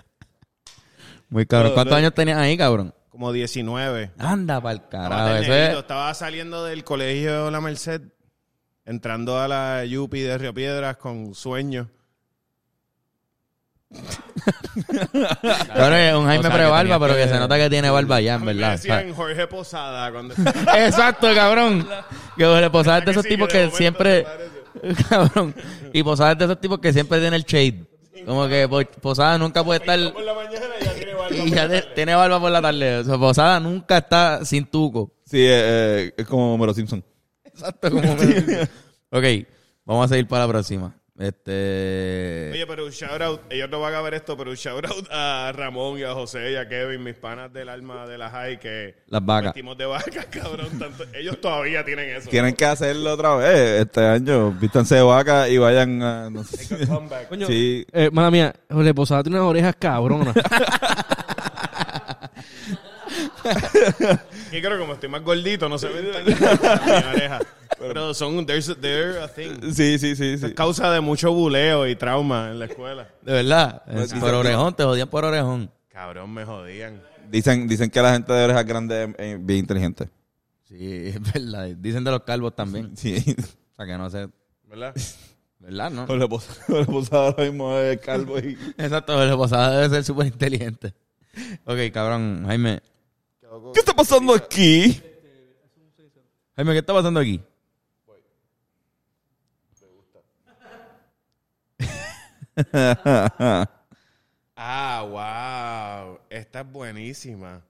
Muy cabrón. ¿Cuántos años tenías ahí, cabrón? Como 19. Anda pa'l carajo. Estaba, Eso ternerito, es... estaba saliendo del colegio La Merced, entrando a la Yupi de Río Piedras con sueños. Cabrón, es un Jaime O sea, que prebarba, tenías pero que que- se nota que tiene barba ya, Ah, en Me verdad. O sea, decían Jorge Posada cuando... Exacto, cabrón. Que le posadas de esos sí, tipos que de que momento siempre. te Cabrón. Y posadas de esos tipos que siempre tienen el shade. Como que po- posada nunca puede estar. Por la mañana ya tiene barba. Y ya te- tiene barba por la tarde. O sea, posada nunca está sin tuco. Sí, eh, eh, es como Homero Simpson. Exacto, como me- Ok, vamos a seguir para la próxima. Este. Oye, pero un shout out, ellos no van a ver esto, pero un shout out a Ramón y a José y a Kevin, mis panas del alma de la high que Las vacas. vestimos de vacas, cabrón. tanto- ellos todavía tienen eso. Tienen que hacerlo otra vez este año. Vístanse de vaca y vayan a... No sé. Comeback. Coño, Sí. eh, mala mía, Jorge Posada tiene unas orejas cabronas. Y creo que como estoy más gordito, no se ve tan mi oreja. Pero son, there's, a- they're a thing. Sí, sí, sí, sí. Causa de mucho buleo y trauma en la escuela. De verdad. sí, por sí. orejón, te jodían por orejón. Cabrón, me jodían. Dicen, dicen que la gente de orejas grandes es eh, bien inteligente. Sí, es verdad. Dicen de los calvos también. Sí. O sea, que no sé. ¿Verdad? ¿Verdad, no? Con la posada, con la posada ahora mismo es calvo y... Exacto, pero posada debe ser súper inteligente. Ok, cabrón, Jaime. ¿Qué está pasando aquí? Jaime, ¿qué está pasando aquí? Ah, wow. Esta es buenísima.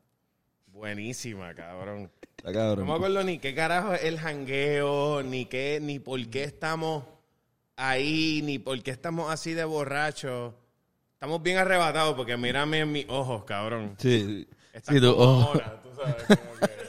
Buenísima, cabrón. Está No me cabrón. acuerdo ni qué carajo es el jangueo, ni qué, ni por qué estamos ahí, ni por qué estamos así de borrachos. Estamos bien arrebatados porque mírame en mis ojos, cabrón. Sí. Estás Sí, tú- como oh. ahora, tú sabes, como que-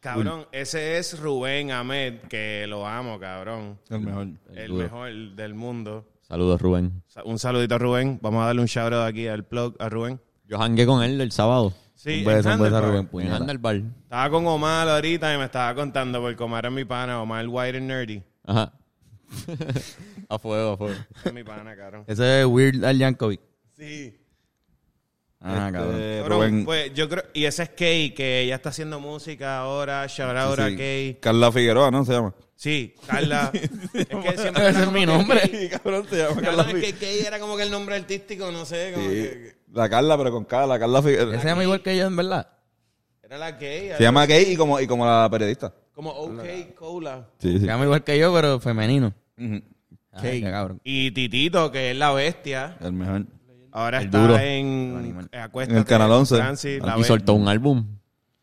Cabrón, ese es Rubén Ahmed, que lo amo, cabrón. El mejor. El duro. mejor del mundo. Saludos, Rubén. Sa- Un saludito a Rubén. Vamos a darle un shout out aquí al plug a Rubén. Yo hangué con él el sábado. Sí, un beso, en un beso a Handelbar. Rubén En Puñal. Handlebar. Estaba con Omar ahorita y me estaba contando porque Omar es mi pana, Omar White and Nerdy. Ajá. a fuego, a fuego. Es mi pana, cabrón. Ese es Weird Al Yankovic. Sí. Ah, cabrón. Este, Cabrón, Rubén. pues yo creo, y esa es Kay, que ella está haciendo música ahora, shout out a Sí. Kay. Carla Figueroa, ¿no? Se llama. Sí, Carla. es que siempre Ese es mi nombre. Sí, cabrón, se llama Cabrón, es que Kay era como que el nombre artístico, no sé, como que- La Carla, pero con K, la Carla Figueroa. Ese se llama igual que yo, en verdad. era la Kay, Se llama Gay y como, y como la periodista. como OK Cola. Sí, Se llama igual que yo, pero femenino. Ujú. Ah, qué cabrón. Y Titito, que es la bestia, El mejor. ahora El está duro. en, eh, animal. Acuéstate, En el Canal 11. Francis, la Y bestia. soltó un álbum.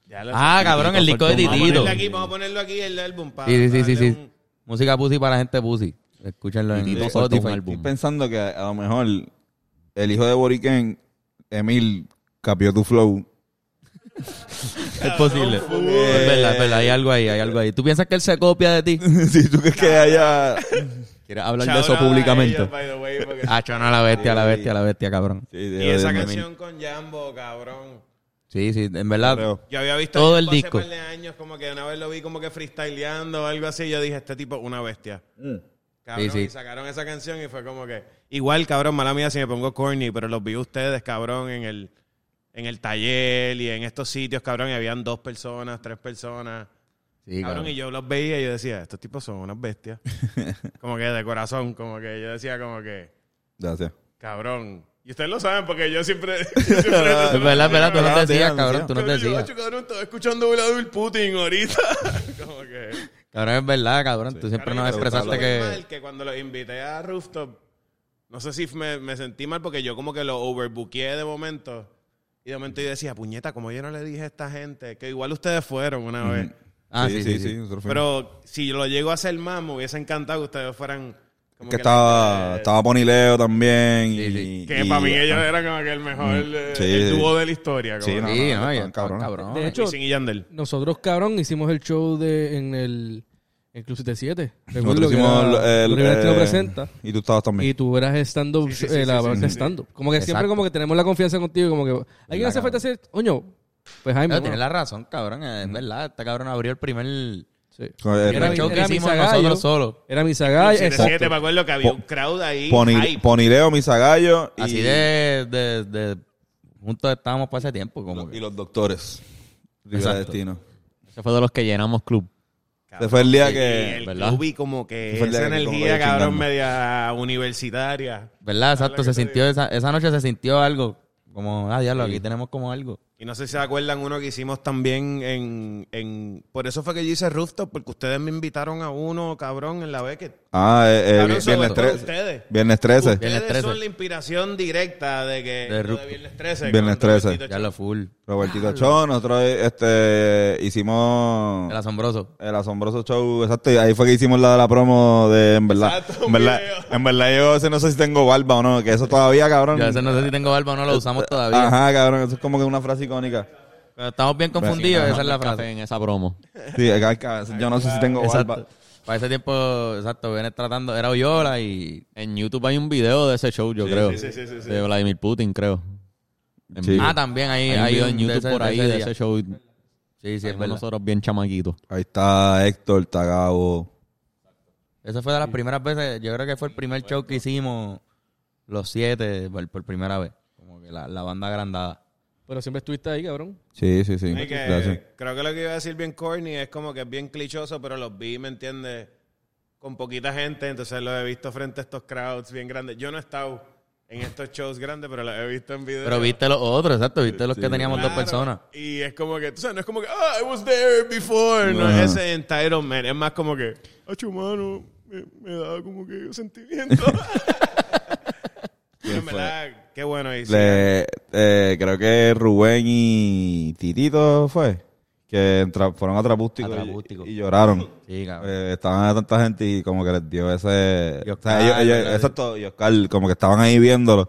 Ya lo- Ah, cabrón, el disco de vamos a ponerlo Titito. aquí, vamos a ponerlo aquí el álbum para. Sí, sí, sí, sí. sí. Música pussy para gente pussy. Escúchenlo en Titito soltó un Spotify. álbum. Eh, Estoy pensando que a lo mejor el hijo de Boriken, Emil, capió tu flow. Es posible. Es verdad, es verdad. Eh. Hay algo ahí, hay algo ahí. ¿Tú piensas que él se copia de ti? si tú crees que haya... ¿Quieres hablar de eso públicamente? Ah, chon, a la bestia, a la bestia, a la bestia, cabrón. Sí, de- Y esa de- canción con Jambo, cabrón. Sí, sí, en verdad. Yo había visto Todo a el Jambo disco. Hace par de años, como que una vez lo vi como que freestyleando o algo así. Yo dije, este tipo es una bestia. Mm. Cabrón, Sí, sí. y sacaron esa canción y fue como que. Igual, cabrón, mala mía si me pongo corny, pero los vi ustedes, cabrón, en el, en el taller y en estos sitios, cabrón, y habían dos personas, tres personas. Sí, Cabrón, y yo los veía y yo decía, estos tipos son unas bestias. como que de corazón, como que yo decía como que, Gracias. cabrón. Y ustedes lo saben porque yo siempre... yo siempre Es verdad, es verdad, tú no Cabrón, te decías, tío, cabrón, tío. tú no te Yo, decías. "Acho, cabrón, estaba escuchando Vladimir Putin ahorita. como que... Cabrón, es verdad, cabrón. Tú siempre Cabrón, yo nos me sentí expresaste súper mal que. que cuando los invité a Rooftop, no sé si me, me sentí mal porque yo como que lo overbookeé de momento. Y de momento yo decía, puñeta, como yo no le dije a esta gente, que igual ustedes fueron una vez. Ah, sí, sí, sí. nosotros fuimos. Pero si yo lo llego a hacer más, me hubiese encantado que ustedes fueran. Como que la- estaba, estaba Ponileo también. Sí, y- sí. Que y- Mm. para mí ellos eran como que el mejor eh, Sí, el sí. dúo de la historia. Como Sí, que no, Sí, no, no, y no, cabrón. cabrón. cabrón. De hecho, Wisin y Yandel. nosotros, cabrón, hicimos el show de en el en Club 77. Recuerdo Nosotros que hicimos era- el- el- Rivera Estilo eh, presenta. Y tú estabas Y también. tú eras stand-up, Sí, sí, sí, eh, la sí, parte sí, de sí. stand-up. Como que siempre Exacto. como que tenemos la confianza contigo, como que alguien hace cabrón. falta hacer, coño, pues Jaime. Claro, bueno. Tienes la razón, cabrón. Es verdad. Este cabrón abrió el primer. Sí. Con el- Era mi- show que mi hicimos Zagallo, nosotros solos. Era mi saga, siete, me acuerdo que había un crowd ahí. Poni- hype. Ponileo, Misagallo y, Así de, de, de- Juntos estábamos para ese tiempo. Como y que. los doctores. Rivera Exacto. Destino. Ese fue de los que llenamos club. Ese fue el día Sí, que... el ¿verdad? club y como que Fue el esa día que como energía, que cabrón, chingando. media universitaria. ¿Verdad? Exacto. Se sintió esa, esa noche se sintió algo. Como, ah, diablo, aquí tenemos como algo. Y no sé si se acuerdan uno que hicimos también en, en... Por eso fue que yo hice Rooftop, porque ustedes me invitaron a uno, cabrón, en la Beckett. Ah, eh, eh, Cabrón, vi- sobre viernes todo 13. ustedes. Viernes 13. Viernes Ustedes 13. son la inspiración directa de que... lo Rooftop. Viernes 13. Viernes cuando 13. Robertito Ya lo full. Robertito Chon, nosotros este, hicimos El Mm. asombroso. el asombroso show, exacto, y ahí fue que hicimos la de la promo de en verdad. Exacto, en un verdad, video. en verdad yo ese no sé si tengo barba o no, que eso todavía, cabrón. Yo a veces no sé si tengo barba o no, lo usamos todavía. Ajá, cabrón, eso es como que una frase icónica. Pero estamos bien confundidos, esa es la frase. En esa promo. Sí, acá- acá, yo no sé si tengo barba. Exacto. Para ese tiempo, exacto, vienes tratando, era Oyola y... En YouTube hay un video de ese show, yo creo. De Vladimir Putin, creo. En Sí. vivo. Ah, también ahí, Hay un ahí video en un- YouTube de ese- por de ahí ese de día. ese show. Sí, sí, es Salimos verdad. nosotros bien chamaquitos. Ahí está Héctor Tagabo. Esa fue de las primeras veces, yo creo que fue el primer show que hicimos los siete por, por primera vez. Como que la, la banda agrandada. Pero siempre estuviste ahí, cabrón. Sí, sí, sí. Ay, que- Gracias. Eh, creo que lo que iba a decir bien corny es como que es bien clichoso, pero los vi, ¿me entiendes? Con poquita gente, entonces los he visto frente a estos crowds bien grandes. Yo no he estado en estos shows grandes, pero los he visto en video. Pero viste los otros, exacto, viste los que teníamos dos Claro. personas. Y es como que, tú sabes, no es como que, ah, I was there before. No, Ajá. es ese entitlement. Es más como que, ah, chumano, me, me da como que sentimiento. Pero en verdad, qué bueno. Y sí, Le- eh, creo que Rubén y Titito fue. Que entra- fueron a Trapústico, y- Trapústico. Y, lloraron. Sí, cabrón. Eh, estaban a tanta gente y como que les dio ese. Y o sea, Oscar, ellos- ellos- ¿verdad? exacto, y Oscar, como que estaban ahí viéndolo.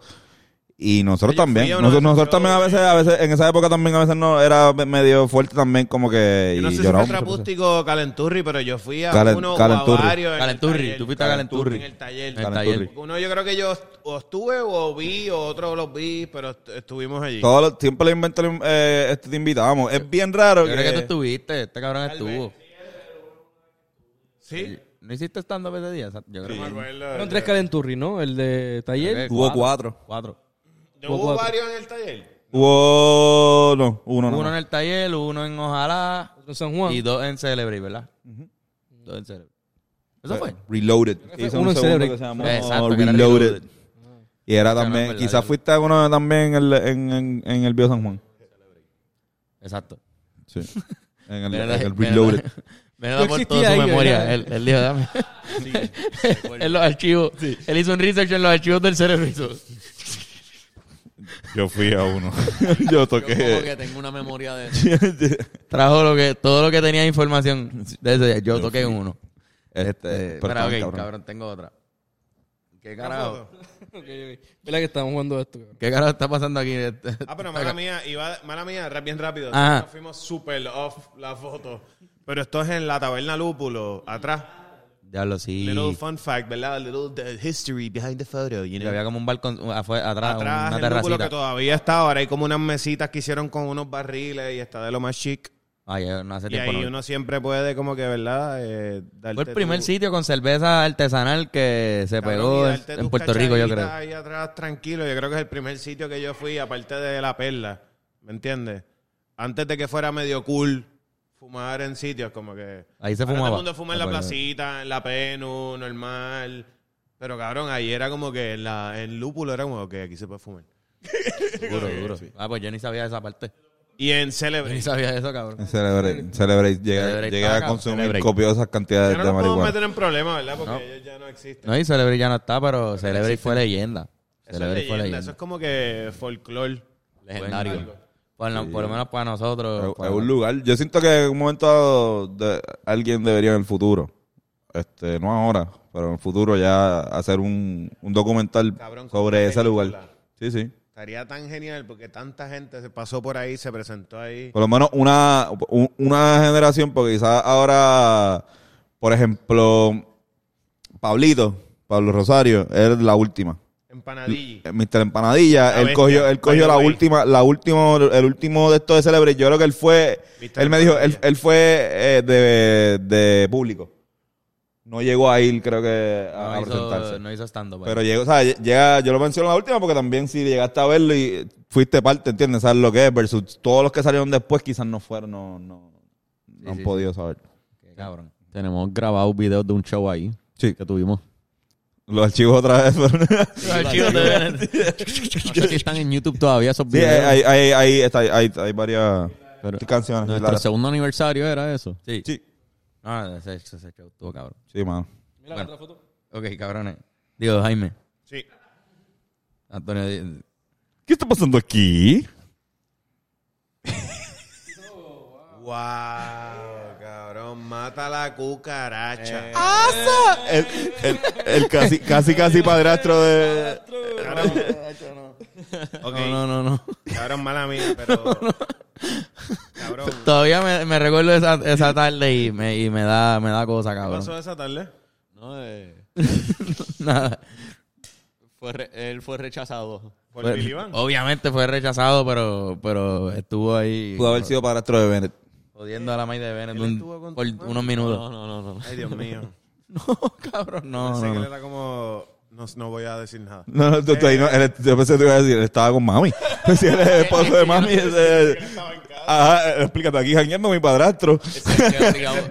Y nosotros Yo fui también. a uno de Nosotros, esos nosotros también a shows, veces, a veces, en esa época también a veces no era medio fuerte también, como que. Yo no y sé si fue lloramos. Trapústico o Calenturri, pero yo fui a Calen- uno o Calenturri. a varios. en el Calenturri, taller. tú fuiste a Calenturri. En el taller. En el Calenturri. taller. Uno yo creo que yo est- o estuve o vi, o otro los vi, pero est- estuvimos allí. Todos los- siempre le invento, eh, este, te invitábamos. Es bien raro. Yo creo que tú que- estuviste, este cabrón estuvo. Sí, eh, ¿No hiciste stand-up ese día? Exacto, Yo creo no me que acuerdo. Fueron tres calenturri, ¿no? El de Taller. Creo que Hubo cuatro. Cuatro. ¿No hubo cuatro. varios en el taller? Hubo. No, uno, no. Uno en el taller, uno en Ojalá otro en San Juan. y dos en Celebrity, ¿verdad? Dos en Celebrity. ¿Eso fue? Reloaded. que Hizo uno un en segundo Celebrate. que se llamó Exacto, que era Reloaded. Reloaded. Y era no, es también, verdad, ya quizás lo- fuiste a uno también en el, en, en, en el Bio San Juan. Exacto. Sí. En el, Me en da- el me da- Reloaded. Me Yo da por existía toda su ahí, memoria. ¿verdad? Él, él dijo, dame. en los archivos. Él hizo un research en los archivos del cerebrito. Yo fui a uno. yo Yo como Eh, toqué. este, que tengo una memoria de... Trajo lo que, todo lo que tenía información. De ese día. Yo toqué uno. Este, pero Espera, estaban ok, cabrón. cabrón. tengo otra. ¿Qué carajo? Mira que estamos jugando esto, cabrón. ¿Qué carajo está pasando aquí? Este- Ah, pero mala mía, iba, mala mía, ra- bien rápido. Ajá. Nos fuimos super off la foto. Pero esto es en la taberna Lúpulo, atrás. Diablo, sí. Little fun fact, ¿verdad? Little the history behind the photo, you Y know. había como un balcón un- afuera, atrás, atrás una el Lúpulo terracita. que todavía está ahora. Hay como unas mesitas que hicieron con unos barriles y está de lo más chic. Ay, eh, no hace Y tiempo. ahí no- uno siempre puede como que, ¿verdad? Eh, darte Fue el primer tu- sitio con cerveza artesanal que se Cabrón, pegó y en, darte en tus Puerto Rico, yo creo. cachaditas Ahí atrás, tranquilo. Yo creo que es el primer sitio que yo fui, aparte de La Perla. ¿Me entiendes? Antes de que fuera medio cool fumar en sitios como que... Ahí se Ahora fumaba. Todo el mundo fuma en la Ah, pues. placita, en la Penu, normal. Pero cabrón, ahí era como que en la, en Lúpulo era como que aquí se puede fumar. Duro, duro. Ah, pues yo ni sabía esa parte. Y en Yo ni Celebrate. sabía eso, cabrón. Celebrate, celebrate. Llegué, Celebrate, llegué ah, a cabrón, consumir Celebrate. copiosas cantidades Ya no de nos podemos marihuana. meter en problemas, ¿verdad? Porque ellos ya no existen. No, y Celebrity ya no está, pero Celebrity fue leyenda. eso, es Celebrity fue leyenda, leyenda. eso es como que folclore. legendario. Por, lo- por lo menos para Es- nosotros. Es para- un lugar. Yo siento que en un momento dado de- alguien debería en el futuro, este, no ahora, pero en el futuro ya hacer un, un documental Cabrón, con sobre una ese lugar. película. Sí, sí. Estaría tan genial porque tanta gente se pasó por ahí, se presentó ahí. Por lo menos una, u- una generación, porque quizás ahora, por ejemplo, Pablito, Pablo Rosario, es la última. Empanadilla. Mr. Empanadilla, La él bestia, cogió, él cogió by the la way. última, la último, el último de estos de Celebrity. Yo creo que él fue, Mr. él me dijo, él, Empanadilla. él fue eh, de, de público. No llegó a ir, creo que, a, No a hizo, presentarse. no hizo stand-up. ahí. Pero llegó, o sea, lle- llega, yo lo menciono en la última porque también si llegaste a verlo y fuiste parte, ¿entiendes? Sabes lo que es, versus todos los que salieron después quizás no fueron, no, no, no han sí, podido saber. Qué cabrón. Tenemos grabados videos de un show ahí Sí. que tuvimos. Los archivos otra vez fueron- No sé si están en YouTube todavía esos Sí, videos. hay, hay, hay, hay- está- hay- hay varias Pero- canciones. Nuestro largas. segundo aniversario era eso. Sí. Sí, No, ese, ese ese show estuvo cabrón. sí, mano. Mira la otra foto. Ok, cabrones. Digo, Jaime. Sí. Antonio. di- ¿Qué está pasando aquí? Wow, cabrón, mata la cucaracha. El, el- el casi, casi, casi padrastro de... Ok, No, no, no, no. cabrón, mala mía, pero. Cabrón, ¿qué Todavía me, me recuerdo esa, esa tarde y me, y me da me da cosa, cabrón. pasó esa tarde? Nada. él fue rechazado. ¿Por Fue- Billy Van? obviamente fue rechazado, pero, pero estuvo ahí Pudo haber sido padrastro de Bennett. jodiendo a la May de Bennett Él un- estuvo con tu por madre. unos minutos. No, no, no, no. Ay, Dios mío. No, cabrón, no, Pensé no, que él no. era como. No, no voy a decir nada. No, no, tú- tú ahí no, él- yo pensé que te iba a decir, él estaba con mami. Si él es el esposo de mami, ese es- Ajá, eh, explícate, aquí jangueando mi padrastro.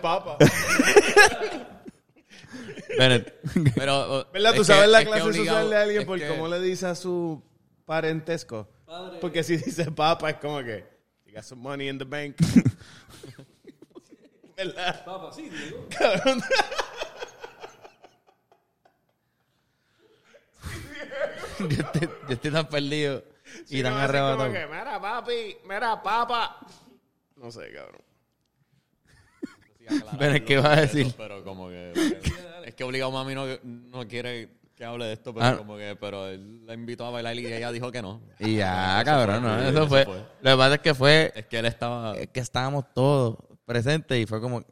Papa. Bennett. Pero, o- ¿Verdad? es Tú que- sabes la es que clase obligado- social de alguien es por que- cómo le dice a su parentesco. Porque si dice papa es como que. You got some money in the bank. ¿Verdad? Papa, sí, Cabrón. yo, estoy, yo estoy tan perdido y Sí, tan no, así arrebatado. como que, Mira, papi, mira, papa. No sé, cabrón. Bennett, ¿qué vas a decir? Pero como que. Es que obligado mami no, no quiere que hable de esto, pero Ah. como que. Pero él la invitó a bailar y ella dijo que no. Y ya, cabrón, no, eso fue. fue. Lo que pasa es que fue Es que él estaba. es eh, que estábamos todos presentes y fue como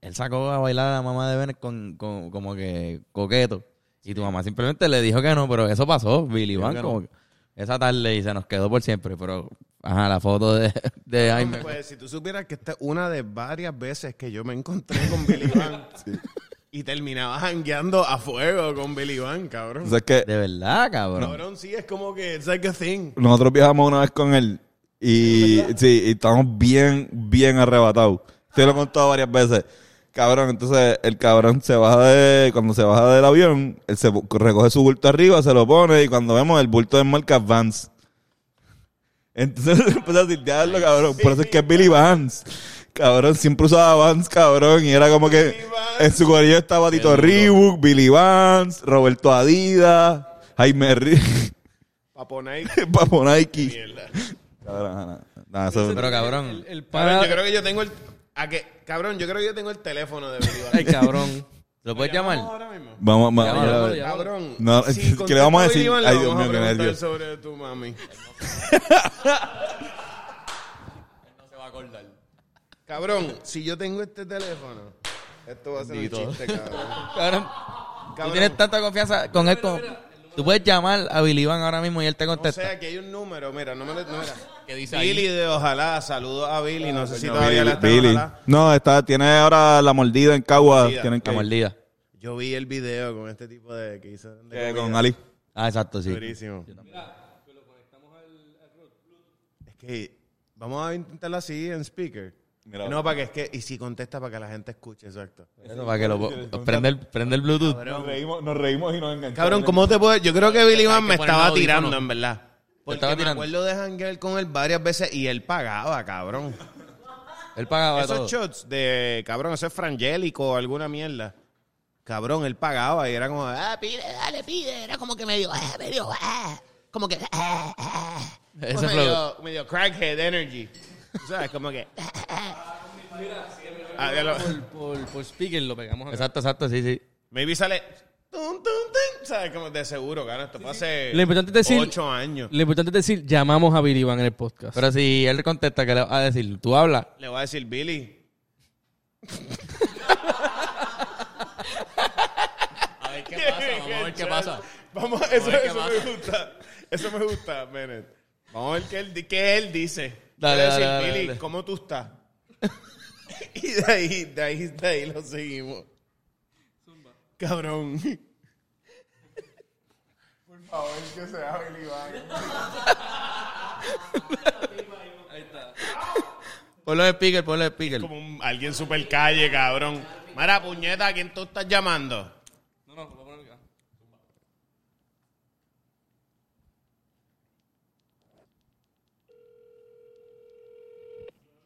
él sacó a bailar a la mamá de Bennett con, con- como que coqueto y tu mamá simplemente le dijo que no pero eso pasó Billy Van que como que esa tarde y se nos quedó por siempre pero ajá la foto de, de Jaime Pues si tú supieras que esta es una de varias veces que yo me encontré con Billy Van y terminaba jangueando a fuego con Billy Van, O cabrón. sea, es que de verdad cabrón Cabrón, sí, es como que it's like a thing. Nosotros viajamos una vez con él y, sí, y estábamos bien, bien arrebatados. Te lo he contado varias veces. Cabrón, entonces el cabrón se baja de, cuando se baja del avión, él se bu- recoge su bulto arriba, se lo pone y cuando vemos el bulto de marca Vans. Entonces empezó a decir, diablo, cabrón, por eso es que es Billy Vans. Cabrón, siempre usaba Vans, cabrón, y era como que en su corillo estaba Tito Reebok, Billy Vans, Roberto Adidas, Jaime Ri- Papo Nike. Papo Nike. Cabrón, nada, nada, eso- Pero cabrón, El, el Cabrón, pana- yo creo que yo tengo el. a que- cabrón, yo creo que yo tengo el teléfono de Billy Van. Ay, cabrón. ¿lo puedes ¿Llamamos llamar? ahora mismo? Vamos, vamos. Llámalo, llámalo, llámalo. Cabrón. No, si ¿qué le vamos a decir? contesta Billy Van, le Ay, Dios vamos a mío, qué preguntar nervios. sobre tu mami. Cabrón, si yo tengo este teléfono, esto va a ser un chiste, cabrón. Cabrón, tú Cabrón. tienes tanta confianza con él. como- Tú puedes llamar a Billy Van ahora mismo y él te O sea, contesta. aquí hay un número, mira, no me lo... No, mira. ¿Qué dice ahí? Ah, Billy de Ojalá, saludo a Billy, no sé si No, todavía Billy, la está en Billy. Ojalá. No, está, tiene ahora la mordida en Cagua. Mordida. Tienen que La mordida. Yo vi el video con este tipo de que hizo... de Eh, comida. con Ali. Ah, exacto, sí. Durísimo. Es que vamos a intentarlo así en speaker. Mira. no, para que es que... Y si contesta para que la gente escuche, exacto. Eso, para que lo prende el, prende el Bluetooth. Nos reímos, nos reímos y nos enganchamos. Cabrón, ¿cómo te puedo...? Yo creo que Billy Van me poner un estaba audífono. tirando, en verdad. Porque estaba me tirando. acuerdo de janguear con él varias veces y él pagaba, cabrón. Él pagaba Esos todo. shots de, cabrón, eso es frangélico o alguna mierda. Cabrón, él pagaba y era como, ah, pide, dale, pide. Era como que medio, ah, medio, ah, como que, ah, ah. Ese Como flow. medio, medio crackhead energy. O sea, es como que, ah, ah. Ah, ya lo- Por, por, por speaker lo pegamos acá. Exacto, exacto, sí, sí. maybe sale, tum, tum, tum. ¿Sabes? Como de seguro, cabrón, esto fue hace Lo importante es decir- ocho años. Lo importante es decir, llamamos a Billy Van en el podcast. Pero si él contesta, ¿qué le va a decir? Tú hablas. Le voy a decir, Billy, A ver qué Vamos, eso, eso me gusta. Eso me gusta, Bennett. Vamos a ver qué él, di- qué él dice. Dale, Voy a decir, dale, dale, Billy, dale. ¿cómo tú estás? y de ahí, de ahí, de ahí lo seguimos. Cabrón. Por favor, que sea Billy Van. Ponlo de speaker, ponlo de speaker. Como un- alguien super calle, cabrón. Mara, puñeta, ¿a quién tú estás llamando? No, no, lo voy a poner acá.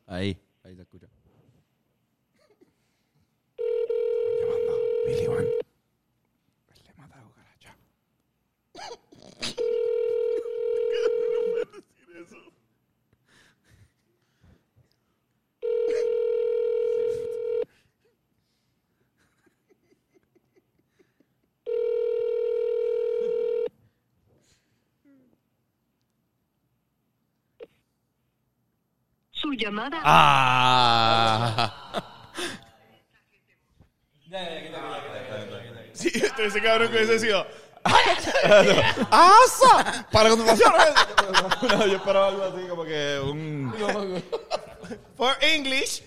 Ahí, ahí se escucha. Su llamada Ah. Sí, estoy ese cabrón que hubiese sido. ¡Asa! Para la contratación. no, yo esperaba algo así como que un. For English,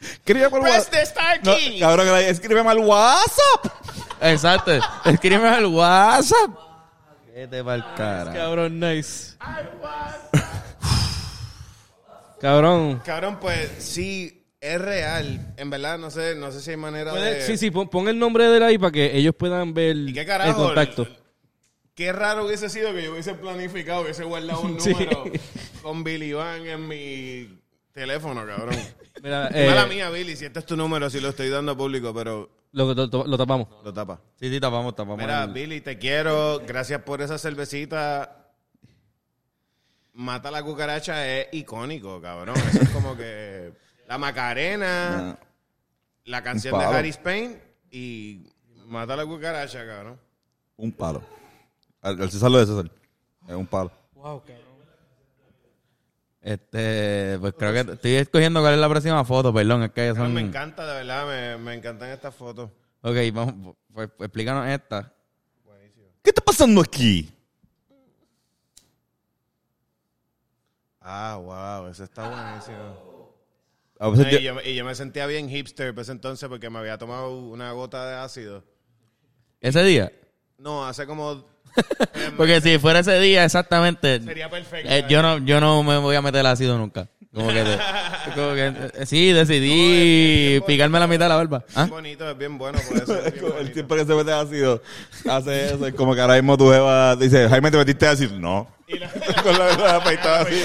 Escribe por press WhatsApp. the star No, key. cabrón, que la- escríbeme al WhatsApp. Exacto. Escríbeme al WhatsApp. Qué te va cara. Ah. Cabrón, nice. Cabrón. Cabrón, pues sí, es real. En verdad, no sé, no sé si hay manera de. Sí, sí, pon, pon el nombre de él ahí para que ellos puedan ver qué carajo? el contacto. Qué raro hubiese sido que yo hubiese planificado, hubiese guardado un Sí. número con Billy Van en mi teléfono, cabrón. Mira, Mala eh, mía, Billy, si este es tu número, si lo estoy dando a público, pero lo, lo- lo tapamos. lo tapa. Sí, sí, tapamos, tapamos. Mira, el- Billy, te quiero. Gracias por esa cervecita. Mata la cucaracha es icónico, cabrón. Eso es como que. La Macarena. No. La canción Un de palo. Harry Spain y Mata la cucaracha, cabrón. Un palo. Al, al César lo de César. Es un palo. Este, pues creo que estoy escogiendo cuál es la próxima foto, perdón, es que Cabrón, son... Me encanta, de verdad, me, me encantan estas fotos. Ok, vamos, pues pues, explícanos esta. ¿Qué está pasando aquí? Ah, wow, eso está buenísimo. A veces No, Pues yo- y, yo, y yo me sentía bien hipster pues entonces porque me había tomado una gota de ácido. ¿Ese día? No, hace como... Porque si fuera ese día exactamente, Sería perfecto. eh, yo, no, yo no me voy a meter ácido nunca. Como que, te- como que, eh, sí, decidí picarme la mitad de la barba. ¿Ah? Es bonito, es bien bueno por eso. es bien el bonito. tiempo que se mete ácido hace eso. Es como que ahora mismo tu jeva dice, Jaime, ¿te metiste ácido? No. Con la verdad Ah, afeitada así.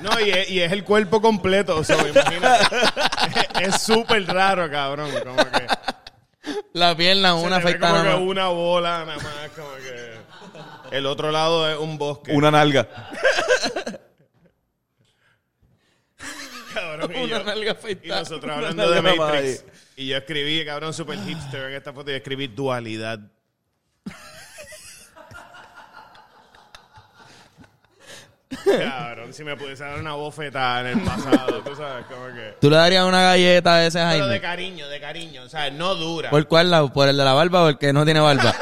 No, y es, y es el cuerpo completo, o sea, imagínate. Es- es súper raro, cabrón. Como que... La pierna, Se una te ve afeitada. Como nada que más. una bola nada más, como que. El otro lado es un bosque. Una nalga. cabrón, y, yo- Una nalga y afeitada. nosotros hablando Una de nalga Matrix. Y yo escribí, cabrón, super hipster en esta foto. Y escribí dualidad. cabrón, si me pudiese dar una bofetada en el pasado, tú sabes, como que. ¿Tú le darías una galleta a ese Pero de Jaime? cariño, de cariño. O sea, no dura. ¿Por cuál lado? ¿Por el de la barba o el que no tiene barba?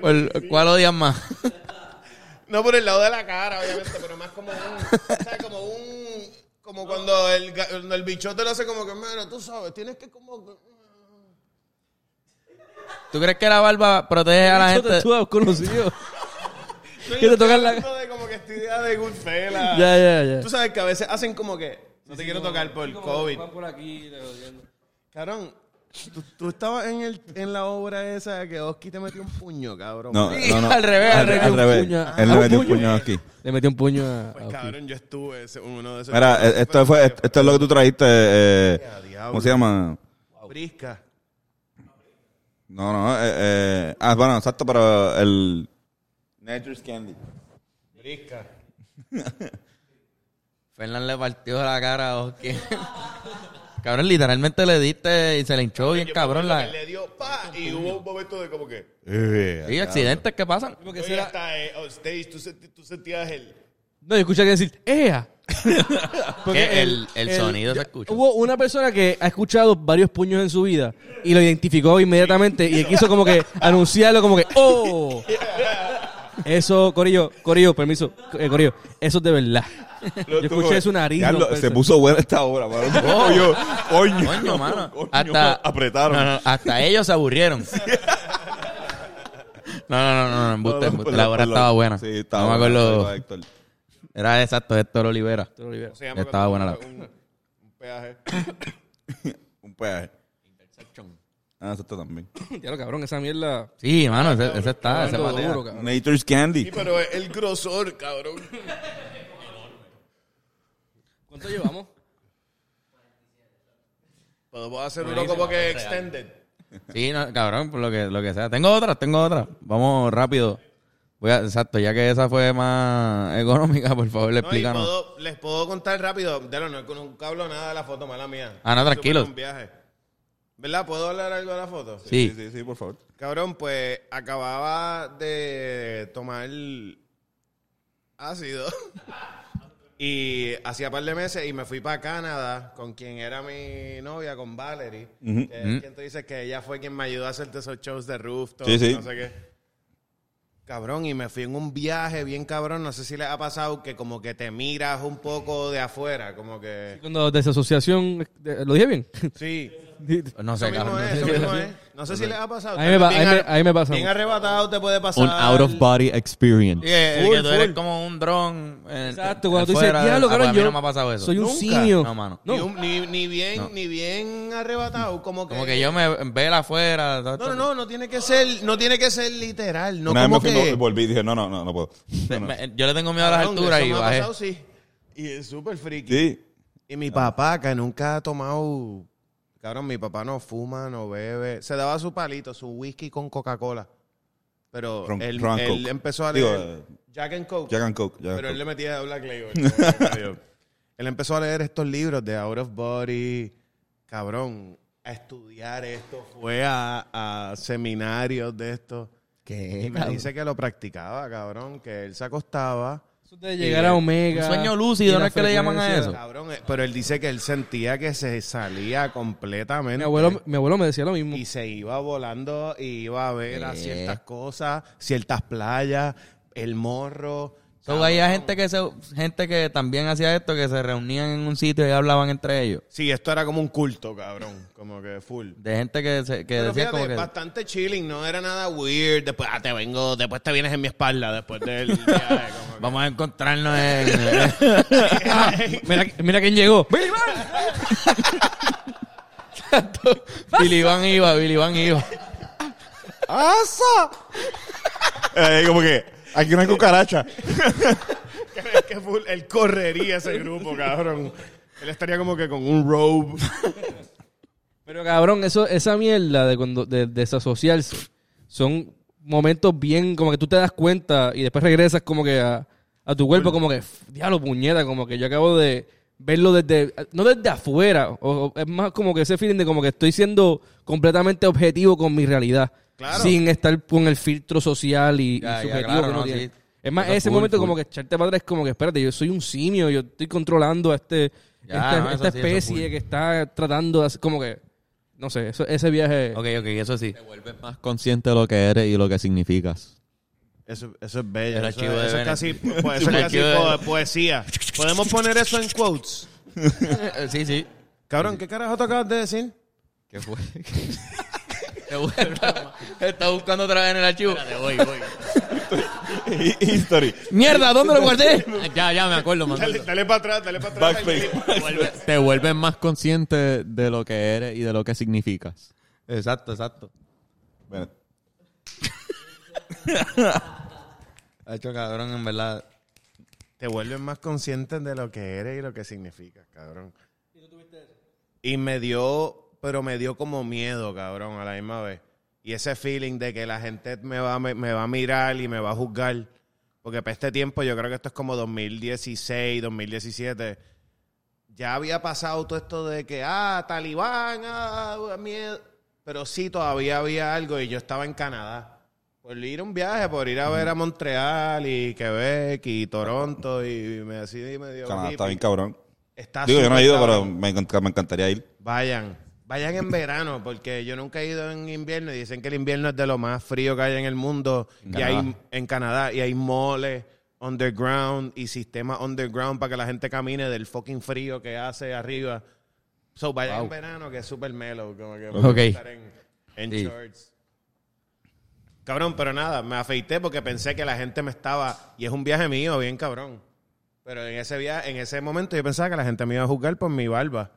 ¿Por ¿Cuál odias más? No por el lado de la cara, obviamente, pero más como un. ¿Sabes? Como un. Como cuando el, ga- cuando el bichote lo hace como que, mano, tú sabes, tienes que como. ¿Tú crees que la barba protege a la Eso te gente? tú has conocido. No, Que yo te tocan estoy la- hablando de como que esta idea de Goodfella. Ya, ya, ya. Tú sabes que a veces hacen como que. No te quiero tocar por el COVID. Van por aquí, te jodiendo. Cabrón, tú, tú estabas en, el, en la obra esa que Oski te metió un puño, cabrón. Pues, No, Sí, no, no. al revés, al revés. Al Un revés. puño. Él le Ah, metió un un puño. puño aquí. Le metió un puño a. Pues a- cabrón, yo estuve ese- uno de esos. Mira, eh, esto fue, esto es lo que tú trajiste. eh, ¿Cómo se llama? Brisca. No, no. eh, eh, ah, bueno, exacto, pero el. Nature's Candy. Brisca. Fernán le partió la cara a Oscar. cabrón, literalmente le diste y se le hinchó bien, Yo cabrón. me La... acuerdo que Le dio pa y hubo un momento de como que. Sí, accidentes que pasan. Porque si está eh, on stage, tú, senti- tú sentías el. No, yo escuché a alguien decir, ¡Ea! Que el- el sonido se escucha. Hubo una persona que ha escuchado varios puños en su vida y lo identificó inmediatamente y quiso como que anunciarlo como que ¡Oh! Eso, Corillo, Corillo, permiso, eh, Corillo, eso es de verdad. Yo escuché su nariz. Ya lo- romperse. se puso buena esta obra, mano. Coño, coño, Oh, Coño, mano. coño, hasta, apretaron. No, no, hasta ellos se aburrieron. No, no, no, no, no, No, embuste, no, embuste. por La lo- hora por lo- estaba buena. Sí, estaba no me buena, acuerdo. dijo Héctor. Era exacto, Héctor Olivera. Héctor Olivera. ¿cómo se llama Estaba cuando buena la- un- un peaje. Un peaje. Ah, exacto también. Ya lo cabrón, esa mierda. Sí, mano, ese, ese está, ese Duro, patea. duro, cabrón. Nature's Candy. Sí, pero el grosor, cabrón. ¿Cuánto llevamos? Podemos hacer uno como que extended. Sí, no, cabrón, por lo que, lo que sea. Tengo otra, tengo otra. Vamos rápido. Voy a, exacto, ya que esa fue más económica, por favor, le No, y explícanos. puedo- les puedo contar rápido. Dale, no, nunca hablo nada de la foto, mala mía. Ah, no, Súper tranquilos. un viaje. ¿Verdad? ¿Puedo hablar algo de la foto? Sí. sí, sí, por favor. Cabrón, pues acababa de tomar ácido. Y hacía par de meses y me fui para Canadá con quien era mi novia, con Valerie. que es quien te dice que ella fue quien me ayudó a hacerte esos shows de rooftop. Sí, sí. No sé qué. Cabrón, y me fui en un viaje bien cabrón. No sé si les ha pasado que como que te miras un poco de afuera, como que... Cuando desasociación, de- ¿lo dije bien? Sí. No sé, Eso mismo cabrón. es, eso mismo es. No sé si les ha pasado. A mí me pa- a mí me- ar- a mí me pasa Bien mucho. arrebatado te puede pasar. Un out of body experience. Sí, el Full, que tú eres full. como un dron. eh, Exacto, cuando tú dices, afuera de- diablo, Ah, pues cabrón, a mí yo no me ha pasado eso. soy un Nunca. simio. No, mano. Ni, un- ni- ni bien, ni bien arrebatado, como que. Como que yo me vela afuera. No, todo no, esto. no, no tiene que ser, no tiene que ser literal, no Una vez me como fui, que. no, volví y dije, no, no, no, no puedo. Me- me- yo le tengo miedo a las Cabrón, alturas eso y me ha bajé. pasado, sí. Y es súper friki. Sí. Y mi papá, que nunca ha tomado. Cabrón, mi papá no fuma, no bebe. Se daba su palito, su whisky con Coca-Cola. Pero Ron- él, Ron él Coke. empezó a Digo, leer eh, Jack and Coke. Jack and Coke. Jack and pero él Coke. le metía a Black Label. como que yo. él empezó a leer estos libros de Out of Body, cabrón, a estudiar esto. Fue a, a seminarios de esto. Y ¿Qué? me dice que lo practicaba, cabrón, que él se acostaba. Eso de llegar a Omega. Un sueño lúcido, y la ¿no es que le llaman a frecuencia. eso? Cabrón, eh, pero él dice que él sentía que se salía completamente. Mi abuelo, mi abuelo me decía lo mismo. y se iba volando y iba a ver a ciertas cosas, ciertas playas, el morro. So, había gente que, se, gente que también hacía esto, que se reunían en un sitio y hablaban entre ellos. Sí, esto era como un culto, cabrón. Como que full. De gente que, se, que Pero decía fíjate, como que... bastante chilling, no era nada weird. Después, ah, te vengo, después te vienes en mi espalda después del viaje. como Vamos a encontrarnos en... que- Mira, mira quién llegó. Billy Van iba, Billy Van iba. Eh, como que, aquí una cucaracha. que- que full, él correría ese grupo, cabrón. Él estaría como que con un robe. Pero cabrón, eso, esa mierda de cuando de, desasociarse son momentos bien como que tú te das cuenta y después regresas como que a, a tu cuerpo como que "F- diablo puñeta, como que yo acabo de verlo desde no desde afuera, o, o es más como que ese feeling de como que estoy siendo completamente objetivo con mi realidad, Claro. sin estar con el filtro social y, y Ya, ya, subjetivo claro, que uno no, tiene. sí. Es más, Eso es ese full, momento full. como que echarte para atrás es como que espérate, yo soy un simio, yo estoy controlando a este Ya, esta, no, eso esta sí, eso especie full. que está tratando de hacer- como que no sé, eso- ese viaje Ok, ok, eso sí. Vuelves más consciente de lo que eres y lo que significas. Eso, eso es bello. El Eso, archivo de eso es Bennett. casi, pues, eso El es casi archivo de- po- poesía. ¿Podemos poner eso en quotes? Eh, sí, sí. Cabrón, ¿qué carajo te acabas de decir? ¿Qué fue? Te vuelve a- Está buscando otra vez en el archivo. voy, voy. History. Mierda, ¿dónde lo guardé? ya, ya me acuerdo, man. Dale, dale para atrás, dale para atrás. Backspace. Te vuelves más consciente de lo que eres y de lo que significas. Exacto, exacto. Bueno, Ha hecho cabrón, en verdad. Te vuelves más consciente de lo que eres y lo que significas, cabrón. Y me dio, pero me dio como miedo, cabrón, a la misma vez. Y ese feeling de que la gente me va, me, me va a mirar y me va a juzgar. Porque para este tiempo, yo creo que esto es como 2016, 2017. Ya había pasado todo esto de que, ah, talibán, ah, miedo. Pero sí, todavía había algo y yo estaba en Canadá. Por ir a un viaje, por ir a ver a Montreal y Quebec y Toronto y me así me dio... Canadá está hippie. bien cabrón. Ah, Está Digo, yo no he súper ido, cabrón. pero me, encant- me encantaría ir. Vayan. Vayan en verano, porque yo nunca he ido en invierno y dicen que el invierno es de lo más frío que hay en el mundo. y hay en Canadá y hay moles underground y sistemas underground para que la gente camine del fucking frío que hace arriba. So, vayan en verano, que es super mellow. Como que pueden Ok. estar en, en Sí. shorts. Cabrón, pero nada, me afeité porque pensé que la gente me estaba. Y es un viaje mío, bien cabrón. Pero en ese viaje, en ese momento yo pensaba que la gente me iba a juzgar por mi barba.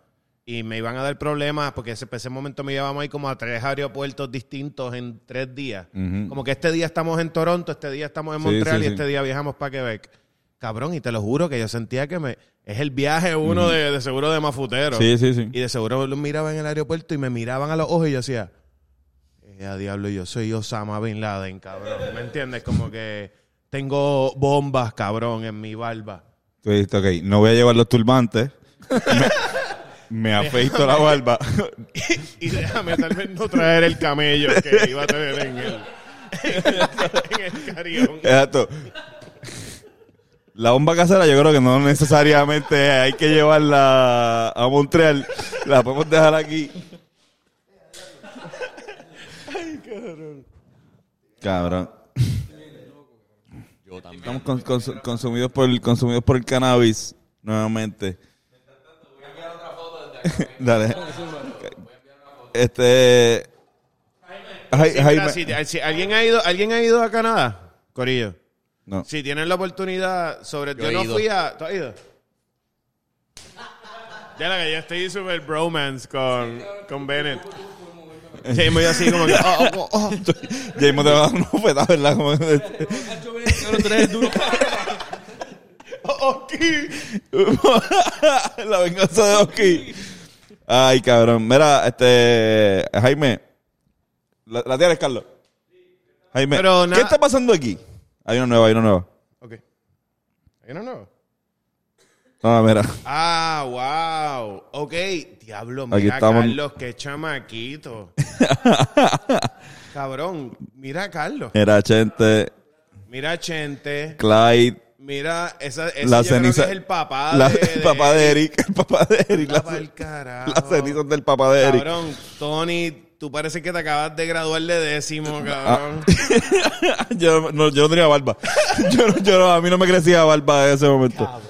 Y me iban a dar problemas porque ese, ese momento me llevamos ahí como a tres aeropuertos distintos en tres días. Ujú. Como que este día estamos en Toronto, este día estamos en Sí, Montreal sí, y sí. este día viajamos para Quebec. Cabrón, y te lo juro que yo sentía que me... Es el viaje uno de, de seguro de mafutero. Sí, sí, sí. Y de seguro los miraba en el aeropuerto y me miraban a los ojos y yo decía, eh, a diablo, yo soy Osama Bin Laden, cabrón. ¿Me entiendes? Como que tengo bombas, cabrón, en mi barba. Tú dijiste, ok, no voy a llevar los turbantes. Me, me afeito la barba. Y déjame tal vez no traer el camello que iba a tener en el, en el carión. Exacto. La bomba casera yo creo que no necesariamente hay que llevarla a Montreal. La podemos dejar aquí. cabrón. Cabrón. Estamos con- cons- consumidos, por el, consumidos por el cannabis nuevamente. Dale. Este... Jai- Sí, mira, si- si ¿alguien, ha ido, ¿Alguien ha ido a Canadá, Corillo? No. Si tienen la oportunidad sobre... Yo, he no ido. fui a... ¿Tú has ido? Ya la que ya estoy super bromance con, con Bennett. Sí, muy así como que... oh, oh, oh, oh. James te va a dar una oferta, ¿verdad? Como este. la venganza de Oki. Ay, cabrón. Mira, este. Jaime. La, la tienes, Carlos. Jaime. Pero na- ¿Qué está pasando aquí? Hay una nueva, hay una nueva. Ok. ¿Hay uno nuevo? No, mira. Ah, wow. Ok. Diablo, mira, Aquí estamos. Carlos, qué chamaquito. Cabrón, mira a Carlos. Mira, gente. Mira a Chente. Clyde. Mira, esa, ese La yo creo ceniza. que es el papá la- de, el papá de Eric. El papá de Eric. Ah, Las pa'l carajo. las cenizas del papá de Eric. Cabrón, Tony, tú parece que te acabas de graduar de Ah. décimo, cabrón. yo, no, yo no tenía barba. yo, no- yo no- a mí no me crecía barba en ese momento.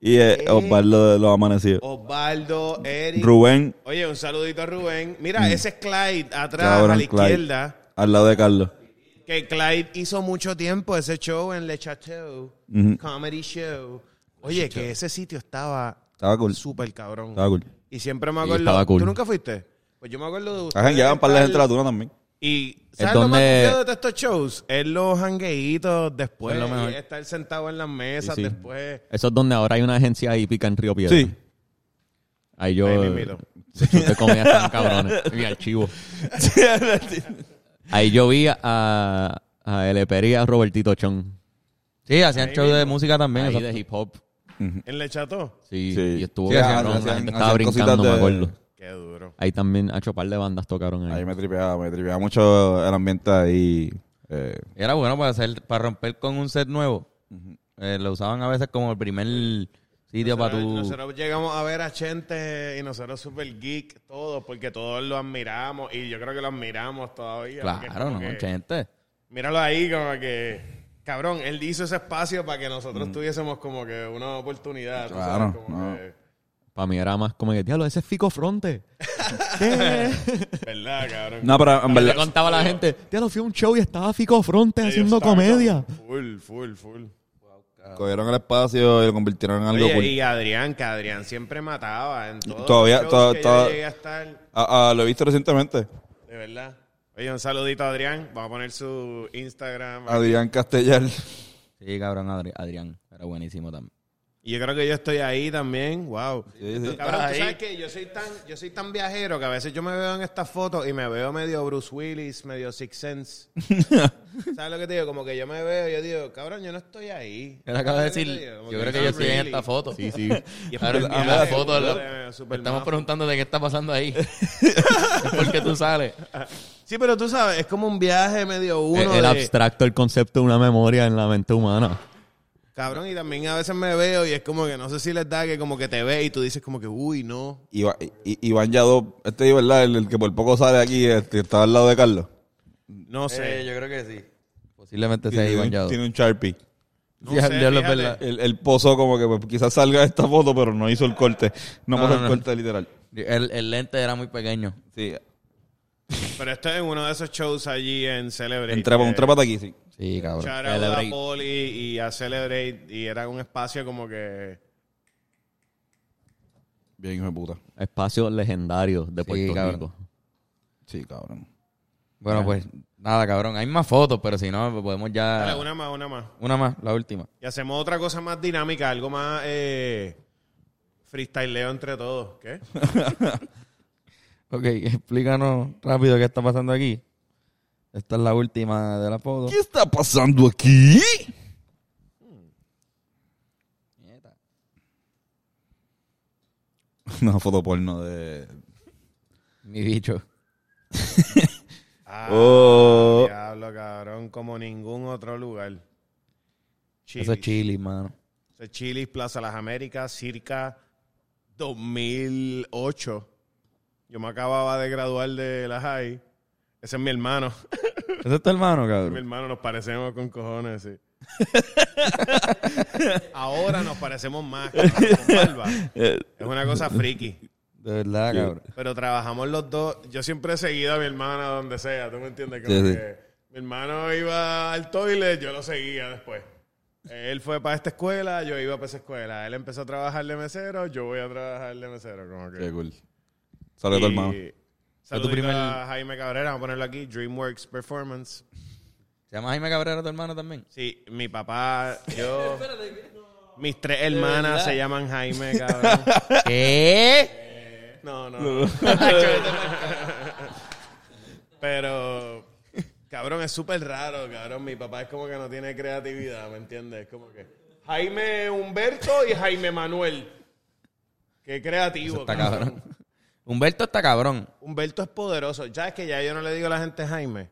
Y eh, Osvaldo de los amanecidos. Osvaldo, Eric. Rubén. Mm. Oye, un saludito a Rubén. Mira, ese es Clyde atrás, a Cabrón, la Clyde, izquierda. Al lado de Carlos. Que Clyde hizo mucho tiempo ese show en Le Chateau, Comedy Show. Oye, que ese sitio estaba Estaba cool. súper cabrón. Estaba cool. Y siempre me Y acuerdo. estaba cool. ¿Tú nunca fuiste? Pues yo me acuerdo de ustedes. Ajá, llevan para la gente de la tal, tuna también. Y Es ¿sabes lo más donde- curioso de estos shows? Es los hangueitos después. Es lo mejor. y estar sentado en las mesas Sí, sí. después. Eso es donde ahora hay una agencia hípica en Río Piedra. Sí. Ahí yo. Ahí mismito. Te comía tan cabrones. Mi archivo. Ahí yo vi a, a Eleper y a Robertito Chon. Sí, hacían shows de música también. Ahí exacto. de hip hop. ¿En Lecható? Sí, Sí. y estuvo Sí, hacían- cabrón, la gente hacían- estaba hacían brincando, me cositas de- acuerdo. Qué duro. Ahí también ha hecho par de bandas tocaron ahí. Ahí me tripeaba, me tripeaba mucho el ambiente ahí. eh, Y era bueno para hacer, para romper con un set nuevo. Eh, lo usaban a veces como el primer sitio para tu. Nosotros llegamos a ver a Chente y nosotros super geek todos porque todos lo admiramos y yo creo que lo admiramos todavía. porque es claro, como no, que- gente. Míralo ahí como que... Cabrón, él hizo ese espacio para que nosotros tuviésemos como que una oportunidad. tú sabes, Mm. Claro, como no. que- Para mí era más como que, diablo, ese es Fico Fronte. ¿Verdad, cabrón? No, pero en Le verdad. contaba a la gente, diablo, fui a un show y estaba Fico Fronte Ellos haciendo estaban comedia. como Full, full, full. Cogieron el espacio y lo convirtieron en algo Oye, cool. y Adrián, que Adrián siempre mataba en todos Todavía- los to- shows que yo to- llegué a estar, Ah, ah, lo he visto recientemente. de verdad. Oye, un saludito a Adrián, vamos a poner su Instagram. Adrián Castellar. Sí, cabrón, Adri- Adrián. Era buenísimo también. Y yo creo que yo estoy ahí también, wow. Sí, sí. Cabrón, tú sabes que yo soy tan, yo soy tan viajero que a veces yo me veo en estas fotos y me veo medio Bruce Willis, medio Six Sense. ¿Sabes lo que te digo? Como que yo me veo y yo digo, cabrón, yo no estoy ahí. Él acaba de ¿Sabes lo decir, te digo? yo Como creo que not yo estoy en really. esta foto. Sí, sí. Y es Ahora, porque ah, el la viaje, foto, boludo, la- eh, Superman. estamos preguntando de qué está pasando ahí. es porque tú sales. Sí, pero tú sabes, es como un viaje medio uno El, el de- abstracto, el concepto de una memoria en la mente humana. Cabrón, y también a veces me veo y es como que no sé si les da que como que te ve y tú dices como que, uy, no. Iba- I- Iván Yadó, este es verdad, el, el que por poco sale aquí, este, está al lado de Carlos. No sé. Eh, yo creo que sí. Posiblemente sea tiene, Iván un- Yadó. tiene un Sharpie. no Sí, al sé, diablo es fíjate. verdad. Él, él posó como que pues, quizás salga esta foto, pero no hizo el corte. No, No, pasó no, el no. corte literal. El, el lente era muy pequeño. Sí, Pero esto es uno de esos shows allí en Eh, Celebrate. un trepa, que un trepata aquí, sí. Sí, cabrón. shout out a Poli y a Celebrate y era un espacio como que... Bien, hijo de puta. Espacio legendario de Sí, Puerto cabrón. Rico. Sí, cabrón. Bueno, pues nada, cabrón. Hay más fotos, pero si no, podemos ya. Dale, una más, una más. Una más, la última. Y hacemos otra cosa más dinámica, algo más eh, freestyleo entre todos. ¿Qué? Ok, explícanos rápido qué está pasando aquí. Esta es la última de la foto. ¿Qué está pasando aquí? Una foto porno de... Mi bicho. Ah, Oh. diablo, cabrón, como ningún otro lugar. Eso es chili, mano. Chile, Plaza Las Américas, circa 2008. Yo me acababa de graduar de la high. Ese es mi hermano. ¿Ese es tu hermano, mi cabrón? hermano, nos parecemos con cojones, sí. Ahora nos parecemos más. cabrón, con barba. Es una cosa friki. De verdad, cabrón. Pero trabajamos los dos. Yo siempre he seguido a mi hermana donde sea, ¿tú me entiendes? Como Sí, sí. que mi hermano iba al toilet, yo lo seguía después. Él fue para esta escuela, yo iba para esa escuela. Él empezó a trabajar de mesero, yo voy a trabajar de mesero. Como que. Qué cool. Saludos, Y hermano. saludito primer- a Jaime Cabrera, vamos a ponerlo aquí, DreamWorks Performance. ¿Se llama Jaime Cabrera tu hermano también? Sí, mi papá, yo... Mis tres hermanas se llaman Jaime, cabrón. ¿Qué? No, no. no. Pero, cabrón, es súper raro, cabrón. Mi papá es como que no tiene creatividad, ¿me entiendes? Es como que Jaime Humberto y Jaime Manuel. Qué creativo, Está cabrón. cabrón. Humberto está cabrón. Humberto es poderoso. Ya es que ya yo no le digo a la gente Jaime.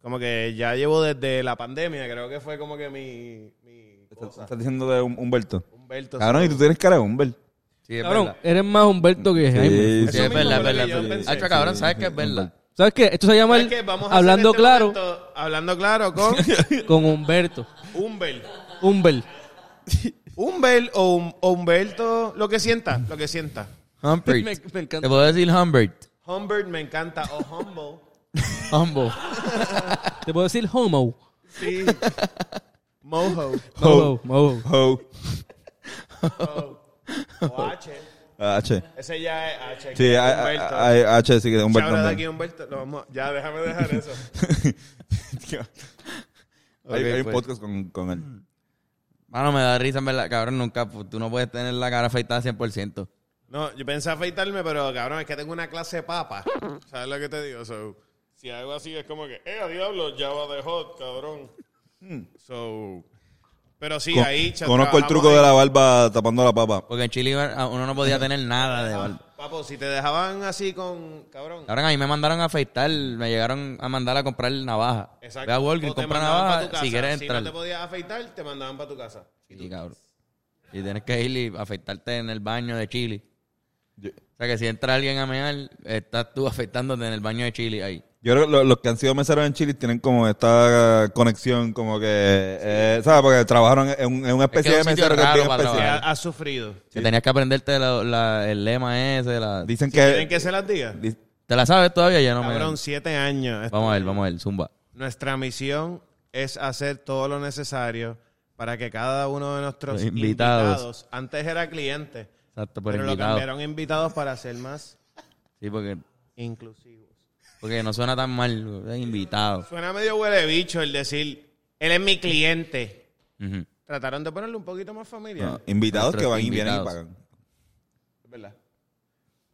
Como que ya llevo desde la pandemia, creo que fue como que mi, mi ¿Estás cosa. estás diciendo de Hum- Humberto? Humberto. Cabrón, y tú tienes cara de Humberto. Sí, es Cabrón, verdad. eres más Humberto que Jaime. Sí, Eso es mismo verdad, es fue lo verdad. que yo es verdad. pensé. Hacho, cabrón, sabes que es verdad. ¿Sabes qué? Esto se llama el ¿Sabes qué? Vamos a Hablando hacer este Claro momento hablando claro con con Humberto. Humberto. Humber. Humbert o, Hum- o Humberto, lo que sienta, lo que sienta. Humbert. Me- me encanta. Te puedo decir Humbert. Humbert me encanta, o Humble. Humble. Te puedo decir homo. Sí. Mojo. Homo. Homo. Oh. O, o H. Ah, H. Ese ya es H. Sí, que es ah, Humberto. ah, ah, H, sí que Humberto. Shout out aquí, también. Humberto. Lo vamos a- ya, déjame dejar eso. Hay Ok, hay un pues. podcast con, con él. Mano, me da risa, en verdad. Cabrón, nunca. pues, Tú no puedes tener la cara afeitada 100%. No, yo pensé afeitarme, pero cabrón, es que tengo una clase de papa. ¿Sabes lo que te digo? So, si hago así es como que, eh, diablo, ya va de hot, cabrón. Hmm. So, pero sí, Con- ahí... cha- Conozco el trabajamos truco ahí. de la barba tapando la papa. Porque en Chile iba- uno no podía tener nada de Ah, barba. Papo, si te dejaban así con, cabrón... Ahora a mí me mandaron a afeitar, me llegaron a mandar a comprar navaja. Ve a Walgreens, O te compra mandaban pa' tu navaja casa. si Si quieres no entrar. te podías afeitar, te mandaban para tu casa. Sí, cabrón. Y tienes que ir y afeitarte en el baño de Chile. O sea que si entra alguien a mear, estás tú afeitándote en el baño de Chile ahí. Yo creo que lo- los que han sido meseros en Chile tienen como esta conexión, como que, eh, ¿sabes? Porque trabajaron en, un- en una especie es un de sitio mesero que es raro bien para especial. trabajar. Has sufrido. Que tenías que aprenderte la- la- el lema ese. la- Dicen ¿Quieren que, que se las diga? di- ¿Te la sabes todavía? Ya Eh, no me- Cabrón, siete años. Esto- Vamos a ver, vamos a ver, zumba. Nuestra misión es hacer todo lo necesario para que cada uno de nuestros Los invitados. invitados, antes era cliente, Exacto, por pero lo invitado. cambiaron a invitados para ser más Sí, porque, inclusivos. porque no suena tan mal, es invitado. Suena medio huele bicho el decir, él es mi cliente. Ujú. Trataron de ponerle un poquito más familiar. no, eh, invitados que Nuestros van y vienen y invitados. pagan. ¿Verdad?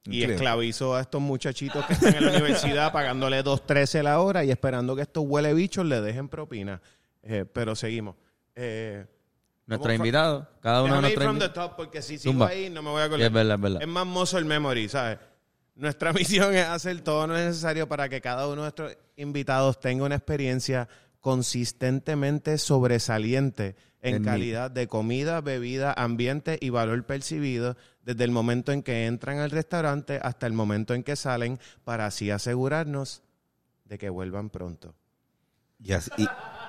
Un Y cliente. esclavizó a estos muchachitos que están en la universidad pagándole 2.13 la hora y esperando que estos huele bichos le dejen propina. Eh, pero seguimos. Eh, Nuestro Vamos, invitado, cada uno de déjame ir nuestros from the invitados. top porque si sigo Zumba. ahí no me voy a Sí, acordar. es verdad, es verdad. Es más mozo el memory, ¿sabes? Nuestra misión es hacer todo lo necesario para que cada uno de nuestros invitados tenga una experiencia consistentemente sobresaliente en Bendito. calidad de comida, bebida, ambiente y valor percibido desde el momento en que entran al restaurante hasta el momento en que salen para así asegurarnos de que vuelvan pronto. Y, así- y-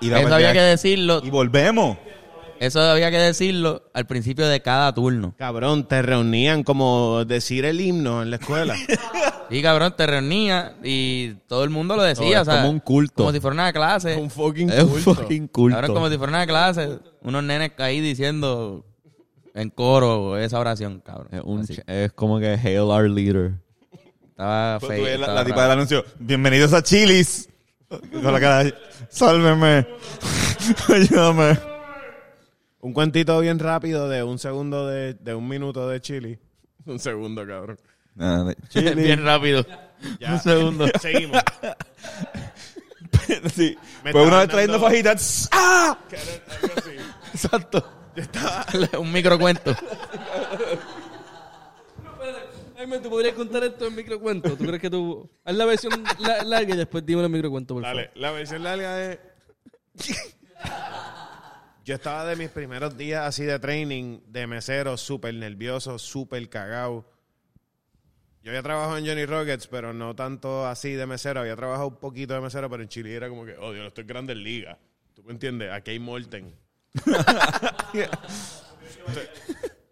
y la Eso verdad había es- que decirlo, y volvemos. eso había que decirlo al principio de cada turno. Cabrón, te reunían como decir el himno en la escuela. Y cabrón, te reunías y todo el mundo lo decía, Todo es o sea, como un culto. Como si fuera una clase. un fucking Es un culto. fucking culto. Cabrón, como si fuera una clase. Unos nenes ahí diciendo en coro esa oración, cabrón. es, un Así. ch- es como que hail our leader. Estaba feo. Pues la, estaba la tipa raro. del anuncio, bienvenidos a Chilis. Con la cara, de, sálveme. Ayúdame. Un cuentito bien rápido de un segundo de, de un minuto de chili. Un segundo, cabrón. Ah, de- Bien rápido. Ya. Un segundo. Seguimos. sí. Me Pues una estaba vez trayendo dando- fajitas. ¡Ah! Exacto. un microcuento. Jaime, ¿tú podrías contar esto en microcuento? ¿Tú crees que tú...? Haz la versión la- larga y después dime el microcuento, por favor. Dale, la versión larga de... Yo estaba de mis primeros días así de training, de mesero, súper nervioso, súper cagado. Yo había trabajado en Johnny Rockets, pero no tanto así de mesero. Había trabajado un poquito de mesero, pero en Chile era como que, oh, Dios, esto es Grandes Ligas. ¿Tú me entiendes? Aquí hay Morten.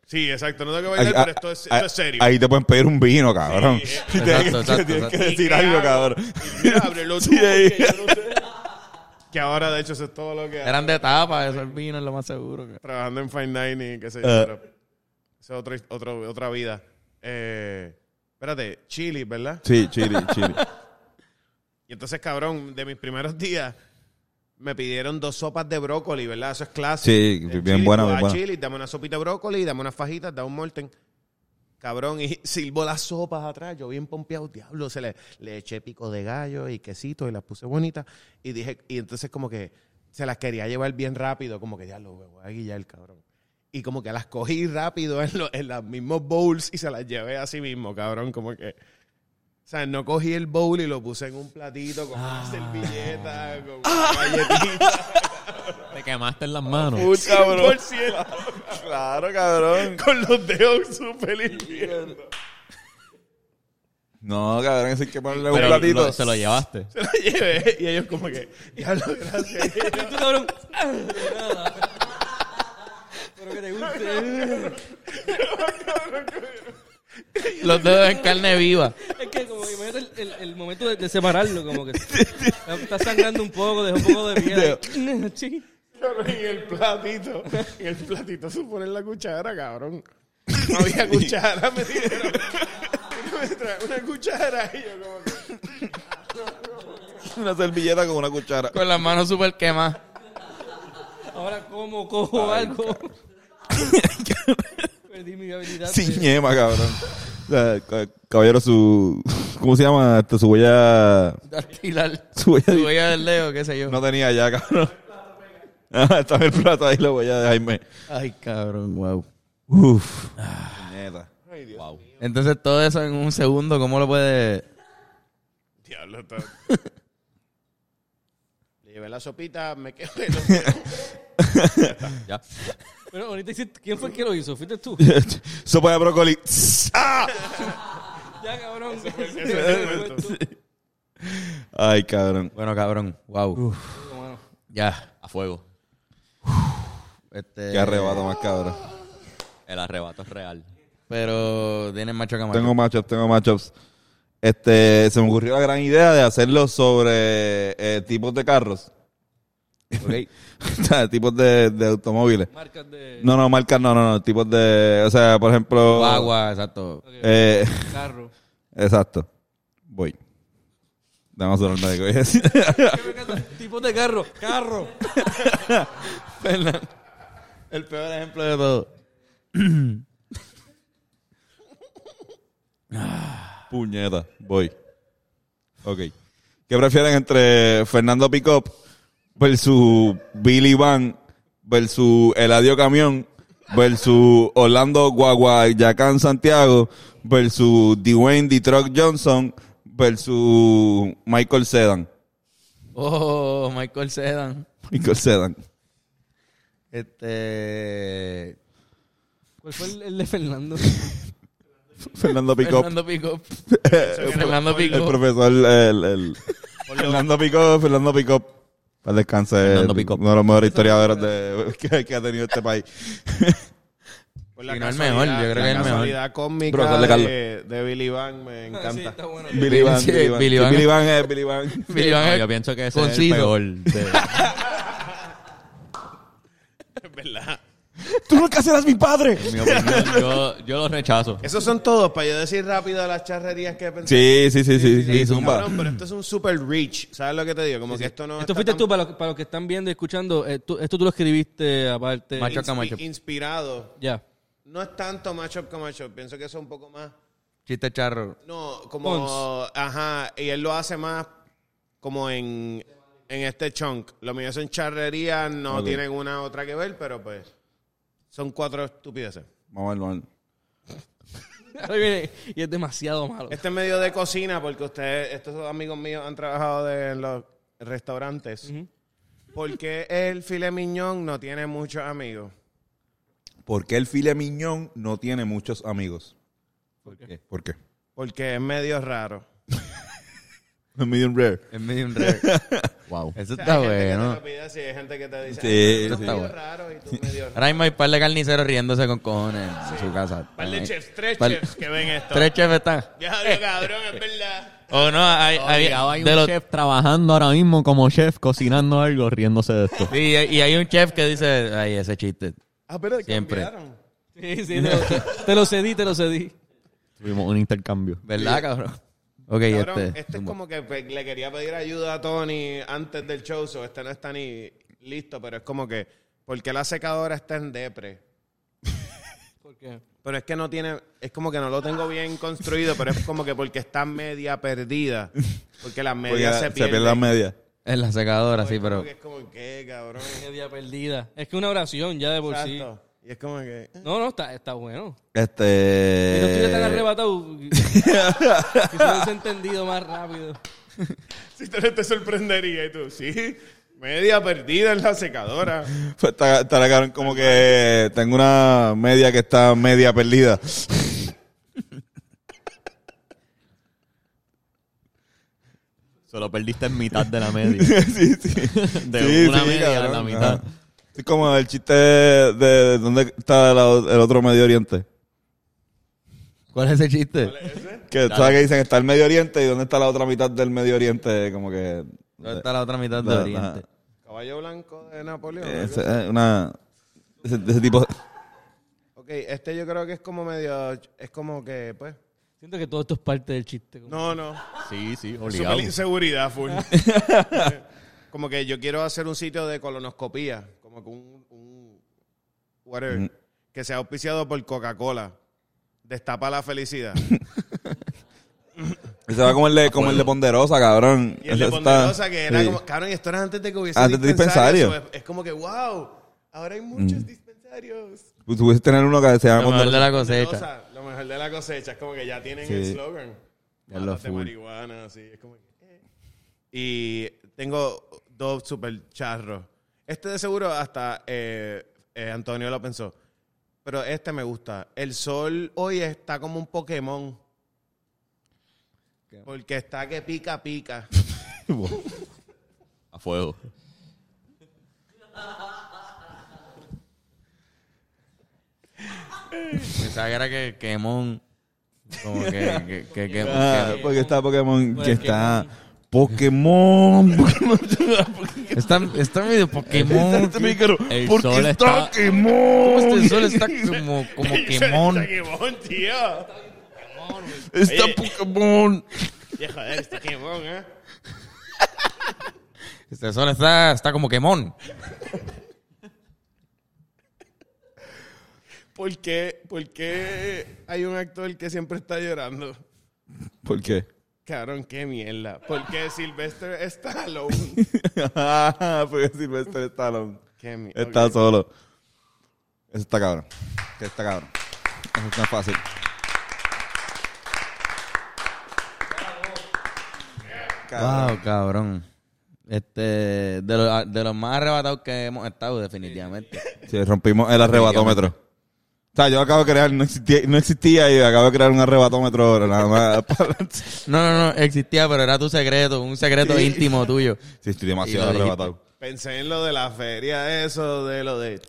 sí, exacto. No tengo que bailar, pero esto es, esto es serio. eh, Ahí te pueden pedir un vino, cabrón. Sí, eh, Y tienes exacto, que- exacto, tienes que exacto. decir ¿Y qué algo, hago? cabrón. Mira, ábrelo tú, Sí, ahí. porque yo no sé. Que ahora, de hecho, eso es todo lo que... Eran de tapa, eso es vino, es lo más seguro. cabrón. trabajando en Fine Dining, qué sé yo. Eh. pero esa es otra, his- otro- otra vida. Eh, espérate, Chili, ¿verdad? Sí, chili, chili. Y entonces, cabrón, de mis primeros días me pidieron dos sopas de brócoli, ¿verdad? Eso es clásico. Sí, El bien chili, buena, tú bien vas a buena. Chili, dame una sopita de brócoli, dame unas fajitas, dame un molten. Cabrón, y silbo las sopas atrás, yo bien pompeado, diablo, se le, le eché pico de gallo y quesito y las puse bonitas. Y dije, y entonces como que se las quería llevar bien rápido, como que ya lo voy a guillar, cabrón. Y como que las cogí rápido en, lo- en los mismos bowls y se las llevé así mismo, cabrón, como que... O sea, no cogí el bowl y lo puse en un platito con Ah. una servilleta, con una galletita. Te quemaste en las manos. Uy, cabrón. 100%. Claro, cabrón. con los dedos súper limpios. No, cabrón, eso hay que ponerle un Pero platito. lo- se lo llevaste. Se la llevé y ellos como que, diablo, gracias. Y tú, cabrón. Nada. Pero que te guste. Los dedos en carne viva. Es que como que imagínate el, el, el momento de, de separarlo, como que está sangrando un poco, deja un poco de piel. Sí. Cabrón, En el platito, en el platito se pone la cuchara, cabrón. No había cuchara, me dijeron. Me trae Una cuchara y yo como que, Una servilleta con una cuchara. Con las manos súper quemadas. Ahora como cojo algo. perdí mi habilidad. Sin yema, cabrón. O sea, ca- caballero, su. ¿Cómo se llama? Este, su huella. Dactilar. Su huella. Tu huella del dedo, qué sé yo. No tenía ya, cabrón. Ah, estaba el plato ahí, la huella de Jaime. Ay, cabrón, wow. Uf. Neta. Entonces todo eso en un segundo, ¿cómo lo puede...? Diablo, está. Le llevé la sopita, me quedo en los- Ya. Pero ahorita hiciste- ¿quién fue el que lo hizo? ¿Fuiste tú? Sopa de brócoli. ¡Ah! ya, cabrón. Ay, cabrón. Bueno, cabrón, wow. Ya. A fuego. Este, Qué arrebato más, cabrón. El arrebato es real. Pero tienen macho camacho. Tengo matchups, tengo matchups. Este, se me ocurrió la gran idea de hacerlo sobre eh, tipos de carros. o sea, tipos de, de automóviles. Marcas de No, no, marcas, no, no, no. Tipos de. O sea, por ejemplo. Guagua, exacto. Eh, carro. exacto. Voy. Dame a sonar de que voy a decir. ¿Qué me encanta? Tipos de carro. Carro. El peor ejemplo de todo. Puñeta, voy. Ok. ¿Qué prefieren entre Fernando Pickup versus Billy Van versus Eladio Camión versus Orlando Guaguayacán Santiago versus Dwayne The Truck Johnson versus Michael Sedan? Oh, Michael Sedan. Michael Sedan. Este... ¿Cuál fue el, el de Fernando? Fernando Pickup. Fernando Pico. Eh, Fernando el Pico. profesor, el, el- Fernando Pico, Fernando Pico. Al descanse, Fernando Pico. uno de los mejores historiadores de- que, que ha tenido este país. Por la Y no el casualidad- mejor, yo creo la que el mejor. casualidad cósmica Profesor de Carlos. de, de Billy Van me encanta. Ah, Sí, está bueno. Billy Van, Sí, Billy Van. Billy Sí, Van. Billy Van es Billy Van. Billy Van No, es yo pienso que ese conciso. es el peor. de- Es verdad. ¡Tú nunca serás mi padre! en mi opinión, yo, yo lo rechazo. Esos son todos, para yo decir rápido las charrerías que pensé. Sí, sí, sí, sí, sí, zumba. Cabrón, pero esto es un super reach. ¿Sabes lo que te digo? Como que esto no Esto está fuiste tan tú, para los, para los que están viendo y escuchando, eh, tú- esto tú lo escribiste aparte. Macho. inspi- Camacho. inspirado. Ya. No es tanto matchup como matchup. Pienso que eso es un poco más. Chiste charro. No, como. Ajá. Y él lo hace más como en, en este chunk. Lo mío son charrerías, no Ok. tienen una otra que ver, pero pues. Son cuatro estupideces. Vamos a ver, vamos Ahora viene y es demasiado malo. Este es medio de cocina porque ustedes, estos amigos míos han trabajado de- en los restaurantes. Porque el filet mignon no tiene muchos amigos. a- ¿Por qué el filet miñón no tiene muchos amigos? ¿Por qué? ¿Por qué? Porque es medio raro. Es medium rare. Es medium rare. Wow. Eso está hay gente que te bueno. lo pide así, hay gente que te dice, Sí, "Ah, tú sí. medio raro y tú medio raro. Ahora mismo hay un par de carniceros riéndose con cojones en su casa. Par de chefs, tres Par- chefs que ven esto. Tres chefs están. Diablo, cabrón, es verdad. O Oh, no, hay, hay- Obligado, hay un de los- chef trabajando ahora mismo como chef, cocinando algo, riéndose de esto. Sí, y hay un chef que dice, ay, ese chiste. Ah, pero Siempre. cambiaron. Sí, sí, te lo, te lo cedí, te lo cedí. Tuvimos un intercambio. ¿Verdad, cabrón? Ok, Cabrón, este. este, es como que pe- le quería pedir ayuda a Tony antes del show, so este no está ni listo, pero es como que, ¿por qué la secadora está en depre? ¿Por qué? Pero es que no tiene, es como que no lo tengo bien construido, pero es como que porque está media perdida. Porque las Porque medias se se pierden. pierden las medias. En la secadora, sí, Es como pero. que es como, ¿qué, cabrón? Media perdida. Es que una oración ya de Oh, por sí. Exacto. Y es como que... No, no, está, está bueno. Y no estuviera tan Este. arrebatado. Quizás hubiese entendido más rápido. Si te, te sorprendería y tú, sí, media perdida en la secadora. Pues está, está la cabrón como que tengo una media que está media perdida. Se lo perdiste en mitad de la media. sí, sí. De Sí, una sí, media a la cabrón, mitad. ajá. Es como el chiste de, de dónde está la- el otro Medio Oriente. ¿Cuál es ese chiste? Que sabes que dicen está el Medio Oriente y dónde está la otra mitad del Medio Oriente, como que ¿Dónde está la otra mitad de Ajá. Oriente? Caballo blanco de Napoleón. es, eh, una ese, de ese tipo. Ok, este yo creo que es como medio, es como que, pues... Siento que todo esto es parte del chiste. como- No, no. Sí, sí, obligado. Super inseguridad, full. como Mm. que yo quiero hacer un sitio de colonoscopía, como que un, un- whatever. que sea auspiciado por Coca-Cola. Destapa la felicidad. Ese va como el de, como el de Ponderosa, cabrón. Y el de Ese está- Ponderosa, que era sí. como, cabrón, esto era antes de que hubiese Antes de dispensarios. dispensario. Mm. Es, es como que, wow, ahora hay muchos dispensarios. Tú tuviste tener uno que se llama Lo mejor de Ponderosa. la O cosecha. sea, lo mejor de la cosecha es como que ya tienen Sí. el slogan. Ya Matas lo de full. marihuana, así. Es como que, eh. Y tengo dos super charros. Este de seguro hasta eh, eh, Antonio lo pensó. Pero este me gusta. El sol hoy está como un Pokémon. Porque está que pica, pica. A fuego. Pensaba que era que quemón. Como que, que, que, que- Ah, que- porque está Pokémon, que está Pokémon. Pokémon. Está, está medio Pokémon. Este micro, El porque sol está está- Este Pokémon. sol está como, como quemón. Pokémon, tío. Está Pokémon. Ya, joder, está Pokémon, ¿eh? Este sol está, está como quemón. ¿Por qué, ¿Por qué hay un actor que siempre está llorando? ¿Por qué? Cabrón, qué mierda. Porque Sylvester Stallone. Ah, porque Silvestre Stallone Qué mierda. está solo. Eso está cabrón. Que está cabrón. Eso está fácil. Wow, cabrón. Este, de, los- de los más arrebatados que hemos estado, definitivamente. Sí, rompimos el arrebatómetro. O sea, yo acabo de crear, no existía, no existía y acabo de crear un arrebatómetro ahora, nada más. para- No, no, no, existía, pero era tu secreto, un secreto íntimo tuyo. sí, estoy Y demasiado lo dijiste. arrebatado. Pensé en lo de la feria, eso, de lo de.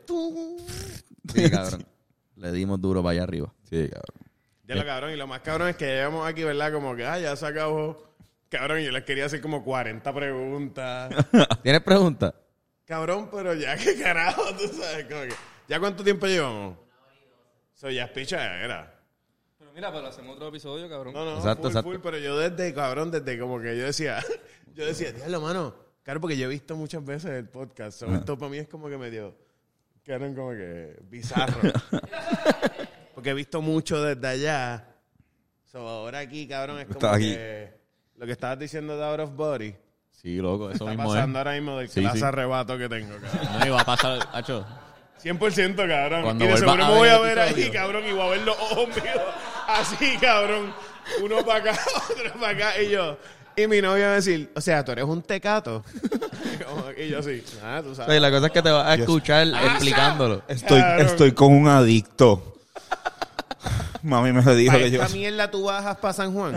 Sí, cabrón. Le dimos duro para allá arriba. Sí, cabrón. Ya lo cabrón. Y lo más cabrón es que llegamos aquí, ¿verdad? Como que, ah, ya se acabó. Cabrón, yo les quería hacer como 40 preguntas. ¿Tienes preguntas? cabrón, pero ya, qué carajo, tú sabes. Como que, ¿Ya cuánto tiempo llevamos? Soy ya es pichadera. Pero mira, pero hacemos otro episodio, cabrón. No, no, Exacto, full, exacto. full, pero yo desde, cabrón, desde como que yo decía, yo decía, diablo, mano, claro, porque yo he visto muchas veces el podcast, so, esto para mí es como que medio, cabrón, como que bizarro. porque he visto mucho desde allá, so, ahora aquí, cabrón, es como Estás aquí. que lo que estabas diciendo de Out of Body Sí, loco, eso está mismo es. pasando ahora mismo del Sí, clase sí. arrebato que tengo, cabrón. No iba a pasar, hacho. 100%, cabrón. Cuando y de vuelva seguro a me ver voy a el ver ahí, episodio. cabrón, y voy a ver los ojos míos así, cabrón. Uno para acá, otro para acá, y yo. Y mi novia va a decir, o sea, tú eres un tecato. y yo así, ah, tú O sea, sabes. la cosa es que te vas a escuchar explicándolo. Estoy, Cabrón. estoy con un adicto. Mami me dijo Para que yo. esta mierda tú bajas para San Juan.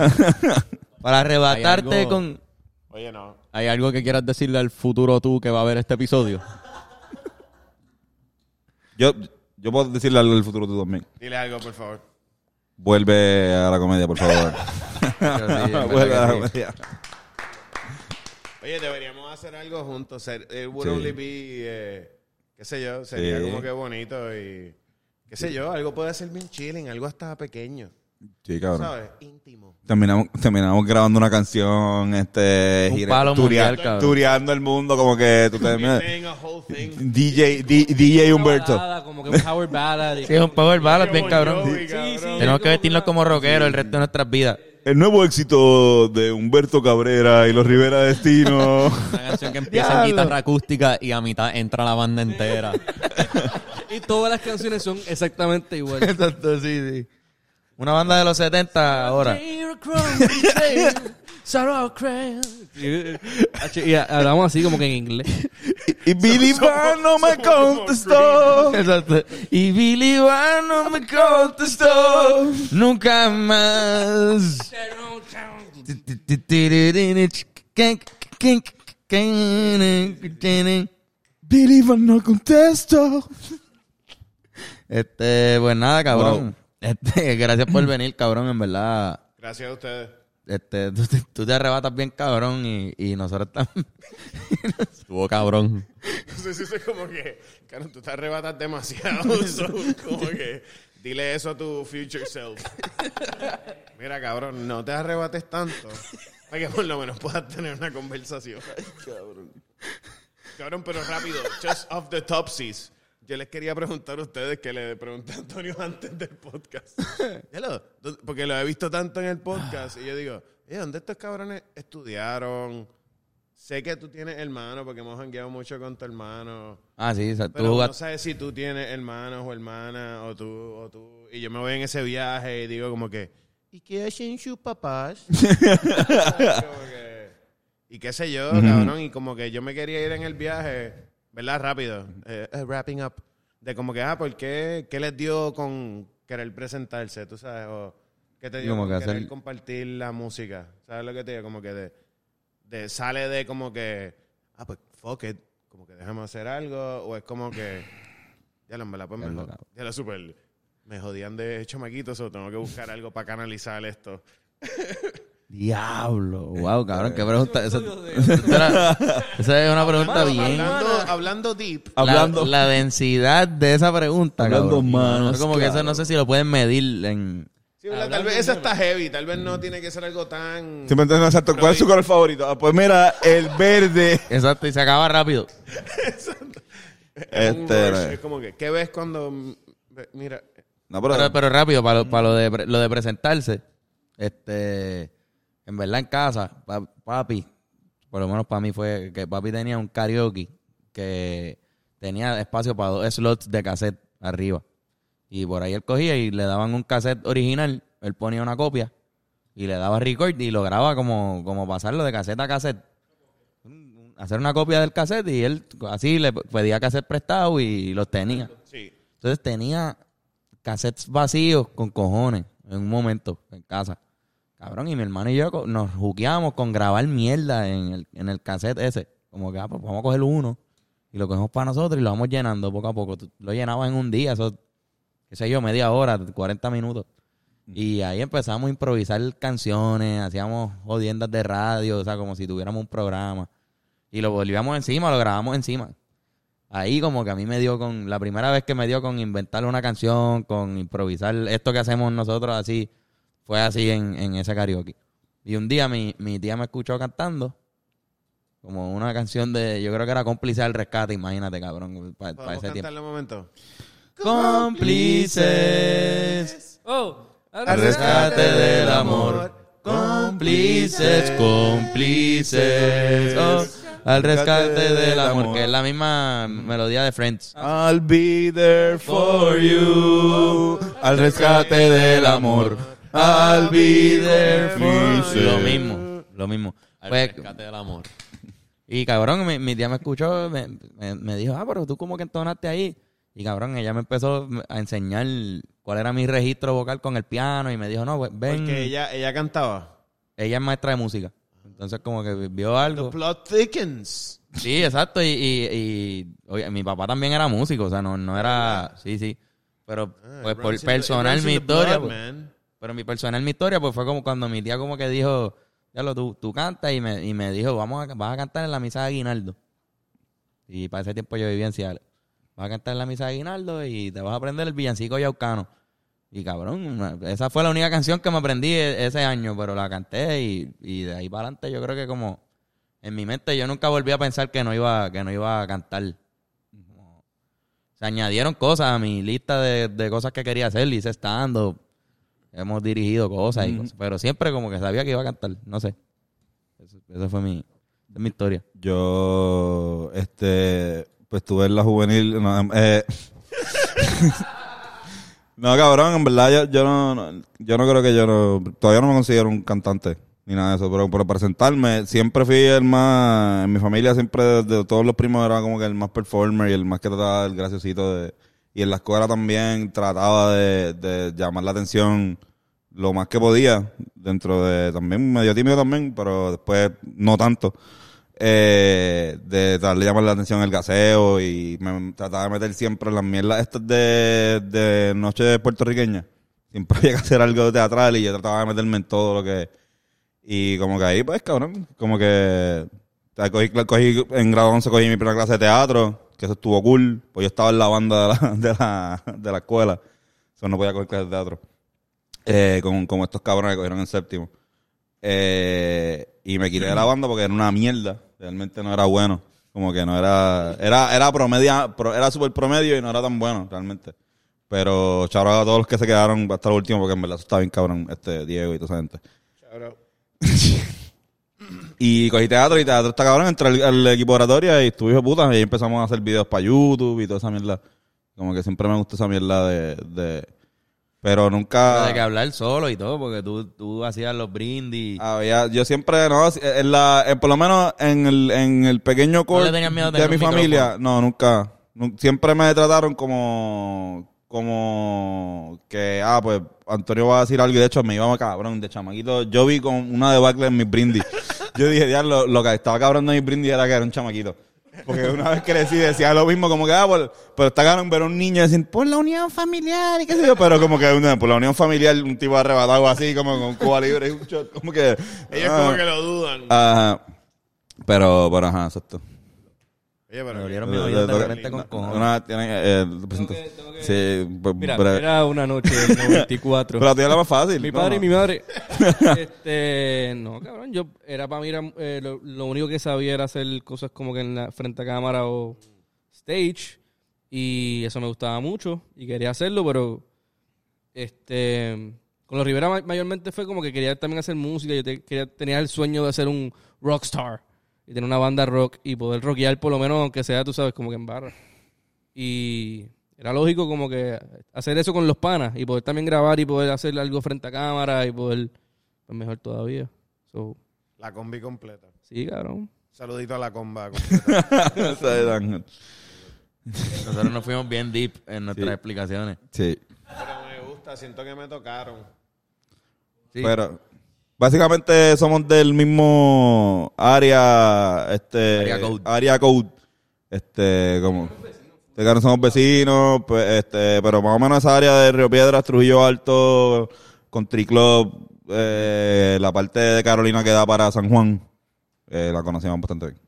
Para arrebatarte Hay algo- con... Oye, no. ¿Hay algo que quieras decirle al futuro tú que va a ver este episodio? Yo, yo puedo decirle algo del futuro tú también. Dile algo, por favor. Vuelve a la comedia, por favor. Vuelve a la Pero sí, comedia. Oye, deberíamos hacer algo juntos. Ser, it would Sí. only be, eh, qué sé yo, sería Sí. como que bonito y... Qué sé yo, algo puede ser bien chilling, algo hasta pequeño, Sí, cabrón. ¿sabes? Íntimo. Terminamos, terminamos grabando una canción, este, Un gira- palo turea- mundial, cabrón. tureando el mundo, como que tú te Thing, a whole thing. DJ, D- DJ Humberto. Como que un power ballad. Sí, es un power ballad bien Bon cabrón. Jovi, cabrón. Tenemos que vestirnos como rockeros el resto de nuestras vidas. El nuevo éxito de Humberto Cabrera y los Rivera Destino. Una canción que empieza en guitarra acústica y a mitad entra la banda entera. Y todas las canciones son exactamente iguales. Exacto, sí, sí. Una banda de los 70 ahora. Y hablamos así como que en inglés. y Billy Van no me contestó. Exacto. Y Billy Van no me contestó nunca más. Billy Van no contestó. Este, pues nada, cabrón. Este, gracias por venir, cabrón, en verdad. Gracias a ustedes. Este, tú, te- tú te arrebatas bien, cabrón, y, y nosotros también. Estuvo cabrón. Entonces eso es como que, claro, tú te arrebatas demasiado. so, como que, dile eso a tu future self. Mira, cabrón, no te arrebates tanto. Para que por lo menos puedas tener una conversación. cabrón. Cabrón, pero rápido. Just off the topsies. Yo les quería preguntar a ustedes que le pregunté a Antonio antes del podcast. Ya lo- do- Porque lo he visto tanto en el podcast y yo digo, "Oye, ¿dónde estos cabrones estudiaron? Sé que tú tienes hermano porque hemos jangueado mucho con tu hermano. Ah, sí, o sea, tú Pero no jugaste. sabes si tú tienes hermanos o hermanas o tú, o tú. Y yo me voy en ese viaje y digo como que, ¿y qué hacen sus papás? Como que, y qué sé yo, cabrón. Y como que yo me quería ir en el viaje, ¿verdad? Rápido. eh, eh, wrapping up. De como que, ah, ¿por qué? ¿Qué les dio con querer presentarse? ¿Tú sabes? O, ¿Qué te dio Como con que querer hacer- compartir la música? ¿Sabes lo que te digo? Como que de de- sale de como que, ah, pues fuck it, como que déjame hacer algo, o es como que, ya lo, me la pues me Ya lo jod- acabo. ya lo super, me jodían de chamaquitos, o tengo que buscar algo para canalizar esto. Diablo, wow, cabrón, qué pregunta. Esa, esa era- esa es una pregunta Mano, bien. hablando, hablando deep, La- Hablando- La, densidad de esa pregunta, Hablando cabrón. manos, Como que eso claro. no sé si lo pueden medir en. sí, ¿verdad? tal vez esa está heavy, tal vez no tiene que ser algo tan... Siempre entiendo exacto. ¿Cuál es su color favorito? Ah, pues mira, el verde. Exacto, y se acaba rápido. un Este, rush, es como que, ¿qué ves cuando, mm, ve- mira, No, Pero, pero. pero rápido, para, lo- para lo, de, pre- lo de presentarse, este, en verdad en casa, pa- papi, por lo menos para mí fue que papi tenía un karaoke que tenía espacio para dos slots de cassette arriba. Y por ahí él cogía y le daban un cassette original, él ponía una copia y le daba record y lograba como, como pasarlo de cassette a cassette. Un- un- Hacer una copia del cassette y él así le pedía cassette prestado y los tenía. sí, Entonces tenía cassettes vacíos con cojones en un momento en casa. Cabrón, y mi hermano y yo co- nos jugueamos con grabar mierda en el, en el cassette ese. Como que, ah, pues vamos a coger uno y lo cogemos para nosotros y lo vamos llenando poco a poco. Tú- Lo llenabas en un día, eso, qué sé yo, media hora, 40 minutos. Y ahí empezamos a improvisar canciones, hacíamos jodiendas de radio, o sea, como si tuviéramos un programa. Y lo volvíamos encima, lo grabamos encima ahí como que a mí me dio con la primera vez que me dio con inventar una canción, con improvisar esto que hacemos nosotros así, fue así en, en ese karaoke. Y un día mi, mi tía me escuchó cantando como una canción de, yo creo que era cómplice al rescate, imagínate cabrón, para podemos ese tiempo. cantarle un momento. Cómplices Oh, al Ah. rescate del amor. Cómplices, cómplices, oh, al rescate del amor, que es la misma melodía de Friends. I'll be there for you. Al rescate del amor. I'll be there for you. Lo mismo, lo mismo. Pues, rescate del amor. y cabrón, mi, mi tía me escuchó, me, me- me dijo, ah, pero tú como que entonaste ahí. Y cabrón, ella me empezó a enseñar cuál era mi registro vocal con el piano y me dijo, no, pues, ven. Porque Ella... ella, ella cantaba. es maestra de música. Entonces como que vio algo. Plot thickens. Sí, exacto. Y, y, y, oye, mi papá también era músico, o sea, no, no era... Sí, sí. Pero Ah, pues, por personal mi historia... pues, Pero mi personal, mi historia, pues fue como cuando mi tía como que dijo, ya lo, tú, tú cantas y me, y me dijo, vamos a, vas a cantar en la misa de Aguinaldo. Y para ese tiempo yo vivía en Seattle. Vas a cantar en la misa de Aguinaldo y te vas a aprender el villancico yaucano. Y cabrón, una- esa fue la única canción que me aprendí e- ese año, pero la canté y, y de ahí para adelante yo creo que como en mi mente yo nunca volví a pensar que no iba, que no iba a cantar. Como- se añadieron cosas a mi lista de, de cosas que quería hacer, hice stand-up, hemos dirigido cosas, y cosas, pero siempre como que sabía que iba a cantar, no sé. Eso- esa fue mi, esa es mi historia. Yo, este, pues tuve en la juvenil. No, em, eh. No, cabrón, en verdad yo, yo no, no- yo no creo que yo no, todavía no me considero un cantante ni nada de eso, pero, pero para presentarme siempre fui el más, en mi familia siempre de, de todos los primos era como que el más performer y el más que trataba el graciosito de, y en la escuela también trataba de, de llamar la atención lo más que podía, dentro de también medio tímido también, pero después no tanto eh, de darle llamar la atención el gaseo y me trataba de meter siempre en las mierdas estas de, de noche puertorriqueña. Siempre había que hacer algo teatral y yo trataba de meterme en todo lo que... Y como que ahí, pues, cabrón, como que... o sea, cogí, cogí- en grado 11 cogí mi primera clase de teatro, que eso estuvo cool, pues yo estaba en la banda de la, de la, de la escuela, eso no podía coger clases de teatro, eh, con, como estos cabrones que cogieron en séptimo. Eh, y me quité de la banda porque era una mierda. Realmente no era bueno. Como que no era. Era, era promedia, pro- era super promedio y no era tan bueno realmente. Pero charo a todos los que se quedaron hasta el último, porque en verdad eso está bien cabrón, este Diego y toda esa gente. Y cogí teatro y teatro está cabrón. Entré al, al equipo de oratoria y estuve hijo de puta. Y ahí empezamos a hacer videos para YouTube y toda esa mierda. Como que siempre me gusta esa mierda de. de- pero nunca. De que hablar solo y todo, porque tú, tú hacías los brindis. Había, yo siempre, no, si- en la, en- por lo menos en el, en el pequeño le corte tenías miedo a de tener mi un familia, no, nunca, Nu- Siempre me trataron como, como que, ah, pues Antonio va a decir algo y de hecho me iba a cabrón de chamaquito. Yo vi con una debacle en mis brindis. Yo dije, diablo, lo que estaba cabrón de mis brindis era que era un chamaquito. Porque una vez crecí decía lo mismo, como que, ah, por- pero está cabrón ver a un niño decir, por la unión familiar y qué sé yo, pero como que una- por la unión familiar un tipo arrebatado así, como con Cuba libre y un shot, como que... Ellos ah, como que lo dudan. Ajá. Pero, pero, ajá, exacto. Oye, pero Me que- dolieron mis oídos de repente con cojones. Una, tiene, eh, presenta- Sí, b- Mira, breve. era una noche del 94. Pero la tuya era más fácil. Mi ¿no? padre y mi madre. este, no, cabrón, yo era para mí era, eh, lo, lo único que sabía era hacer cosas como que en la frente a cámara o stage y eso me gustaba mucho y quería hacerlo, pero este con los Rivera ma- mayormente fue como que quería también hacer música, yo te- quería tenía el sueño de ser un rockstar y tener una banda rock y poder rockear por lo menos aunque sea, tú sabes, como que en barra. Y era lógico como que hacer eso con los panas y poder también grabar y poder hacer algo frente a cámara y poder, pues mejor todavía. So, La combi completa. sí, cabrón. Saludito a la comba. Esa de Ángel. Nosotros nos fuimos bien deep en nuestras Sí. explicaciones. Sí. Pero me gusta, siento que me tocaron. Sí. Pero, básicamente somos del mismo área, este... Área code. área code. Este, como... De que no somos vecinos, pues, este, pero más o menos esa área de Río Piedras, Trujillo Alto, Country Club, eh, la parte de Carolina que da para San Juan, eh, la conocíamos bastante bien.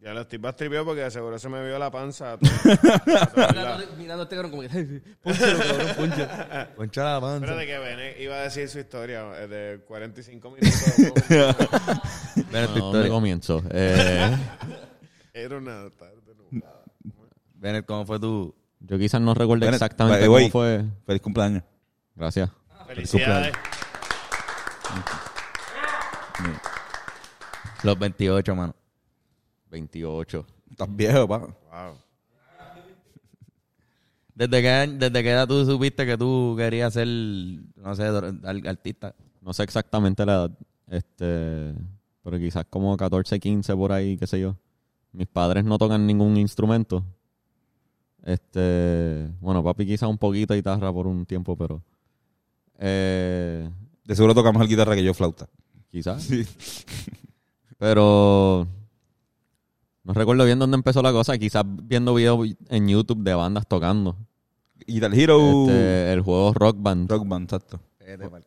Ya lo estoy más tripeado porque de seguro se me vio la panza. Mirando a este cabrón como que, ponchalo, cabrón, ponchalo. Concha la panza. Espérate que Bene iba a decir su historia eh, de 45 minutos. Ven esta No, ¿Dónde historia. comienzo? Eh, Era una tarde nublada. Bennett, ¿cómo fue tu...? yo quizás no recuerdo Bueno, exactamente by the cómo way. fue. Feliz cumpleaños. Gracias. Felicidades. Los 28, mano. 28. Estás viejo, pa. Wow. ¿Desde qué, ¿Desde qué edad tú supiste que tú querías ser, no sé, dor- al- artista? No sé exactamente la edad. Este, pero quizás como 14, 15 por ahí, qué sé yo. Mis padres no tocan ningún instrumento. Este, bueno, papi quizás un poquito de guitarra por un tiempo, pero eh, De seguro toca más el guitarra que yo flauta. quizás. Pero no recuerdo bien dónde empezó la cosa. Quizás viendo videos en YouTube de bandas tocando. Guitar Hero. Este, el juego Rock Band. Rock Band, exacto. Eh, A mí me Con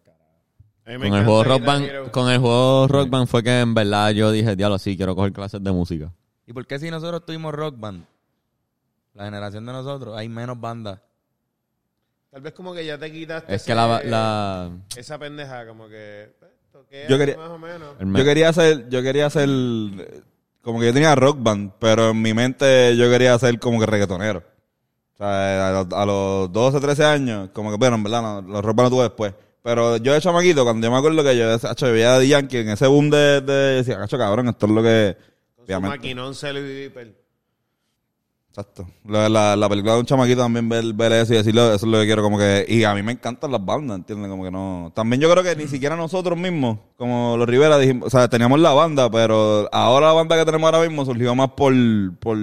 el, encanta juego Guitar Rock Band, Hero. con el juego Rock Band fue que en verdad yo dije, diablo, sí, quiero coger clases de música. ¿Y por qué si nosotros tuvimos rock band? La generación de nosotros, hay menos bandas. Tal vez como que ya te quitaste. Es que la... ese- la Esa pendeja, como que. eh, toqué Yo algo quería- Más o menos. el Yo quería hacer, yo quería hacer, eh, como que yo tenía Rock Band, pero en mi mente yo quería hacer como que reggaetonero. O sea, a, los- a los 12, 13 años, como que, bueno, en verdad, no, los Rock Band lo tuve después. Pero yo de chamaquito, cuando yo me acuerdo que yo, hacho, yo veía a The Yankee en ese boom de, de decía, cacho, cabrón, esto es lo que... Con su obviamente, maquinón se Viper. Exacto. La, la, la película de un chamaquito también ver, ver eso y decirle, eso es lo que quiero, como que... Y a mí me encantan las bandas, ¿entiendes? Como que no... También yo creo que Mm. ni siquiera nosotros mismos, como los Rivera, dijimos, o sea, teníamos la banda, pero ahora la banda que tenemos ahora mismo surgió más por... por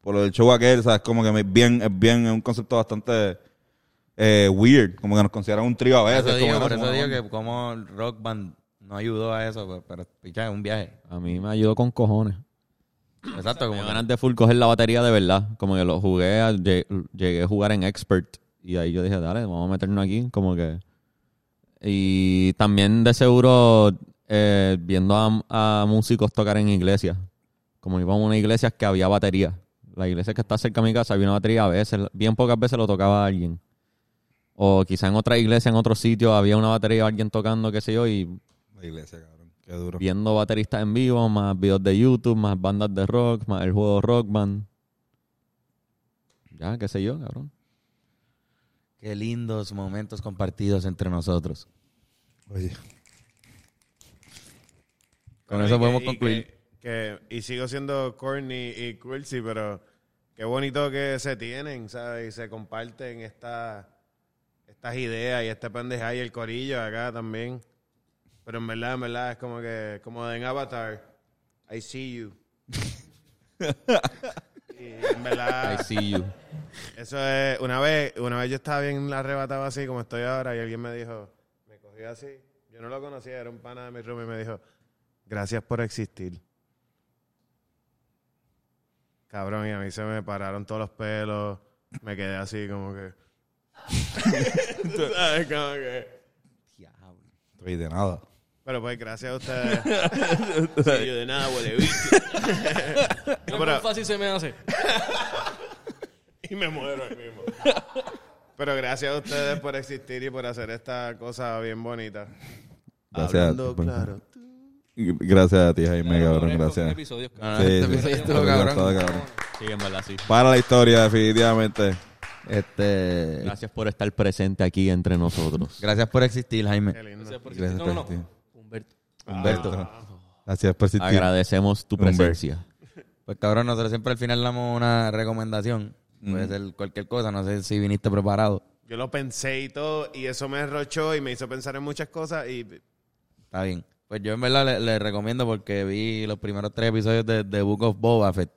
por lo del show aquel, o sea, es como que es bien, es bien, es un concepto bastante eh, weird, como que nos consideran un trío a veces. Eso como digo, que no por somos eso una digo banda. que como rock band no ayudó a eso, pues, pero picha, es un viaje. A mí me ayudó con cojones. Exacto, Me como dio que ganas de full coger la batería de verdad. Como que lo jugué, a- lle- llegué a jugar en Expert. Y ahí yo dije, dale, vamos a meternos aquí. Como que... Y también de seguro eh, viendo a, a músicos tocar en iglesias. Como íbamos a una iglesia que había batería. La iglesia que está cerca de mi casa había una batería a veces. Bien pocas veces lo tocaba alguien. O quizá en otra iglesia, en otro sitio, había una batería alguien tocando, qué sé yo. Y La iglesia, cabrón. Qué Qué duro. viendo bateristas en vivo, más videos de YouTube, más bandas de rock, más el juego Rock Band. Ya, qué sé yo, cabrón. Qué lindos momentos compartidos entre nosotros. Oye. Con Pero eso y que- podemos y concluir. que- que- y sigo siendo corny y cursi, pero qué bonito que se tienen, ¿sabes? Y se comparten esta- estas ideas y este pendeja y el corillo acá también. Pero en verdad, en verdad, es como que, como en Avatar, I see you. y en verdad, I see you. eso es, una vez, una vez yo estaba bien arrebatado así como estoy ahora y alguien me dijo, me cogió así, yo no lo conocía, era un pana de mi room y me dijo, gracias por existir. Cabrón, y a mí se me pararon todos los pelos, me quedé así como que... Tú sabes, como que... Oye, de nada. Pero pues gracias a ustedes. Sí, yo de nada huele bicho. No, pero- fácil se me hace. y me muero ahí mismo. Pero gracias a ustedes por existir y por hacer esta cosa bien bonita. Gracias. Hablando por- claro. Gracias a ti, Jaime, cabrón. Gracias. Episodios, cabrón. No, no, Sí, este sí. episodio estuvo Todo cabrón. cabrón. Sí, en verdad, sí. Para la historia, definitivamente. Este. Gracias por estar presente aquí entre nosotros. Gracias por existir, Jaime. Qué lindo. Gracias por Gracias No, no, por no. ti. Humberto. Humberto. Ah. Gracias por existir. Agradecemos tu Humberto. presencia. Pues cabrón, nosotros siempre al final damos una recomendación. Puede ser cualquier cosa, no sé si viniste preparado. Yo lo pensé y todo, y eso me derrochó y me hizo pensar en muchas cosas. Y pues, Está bien. Pues yo en verdad le, le recomiendo porque vi los primeros tres episodios de, de Book of Boba Fett.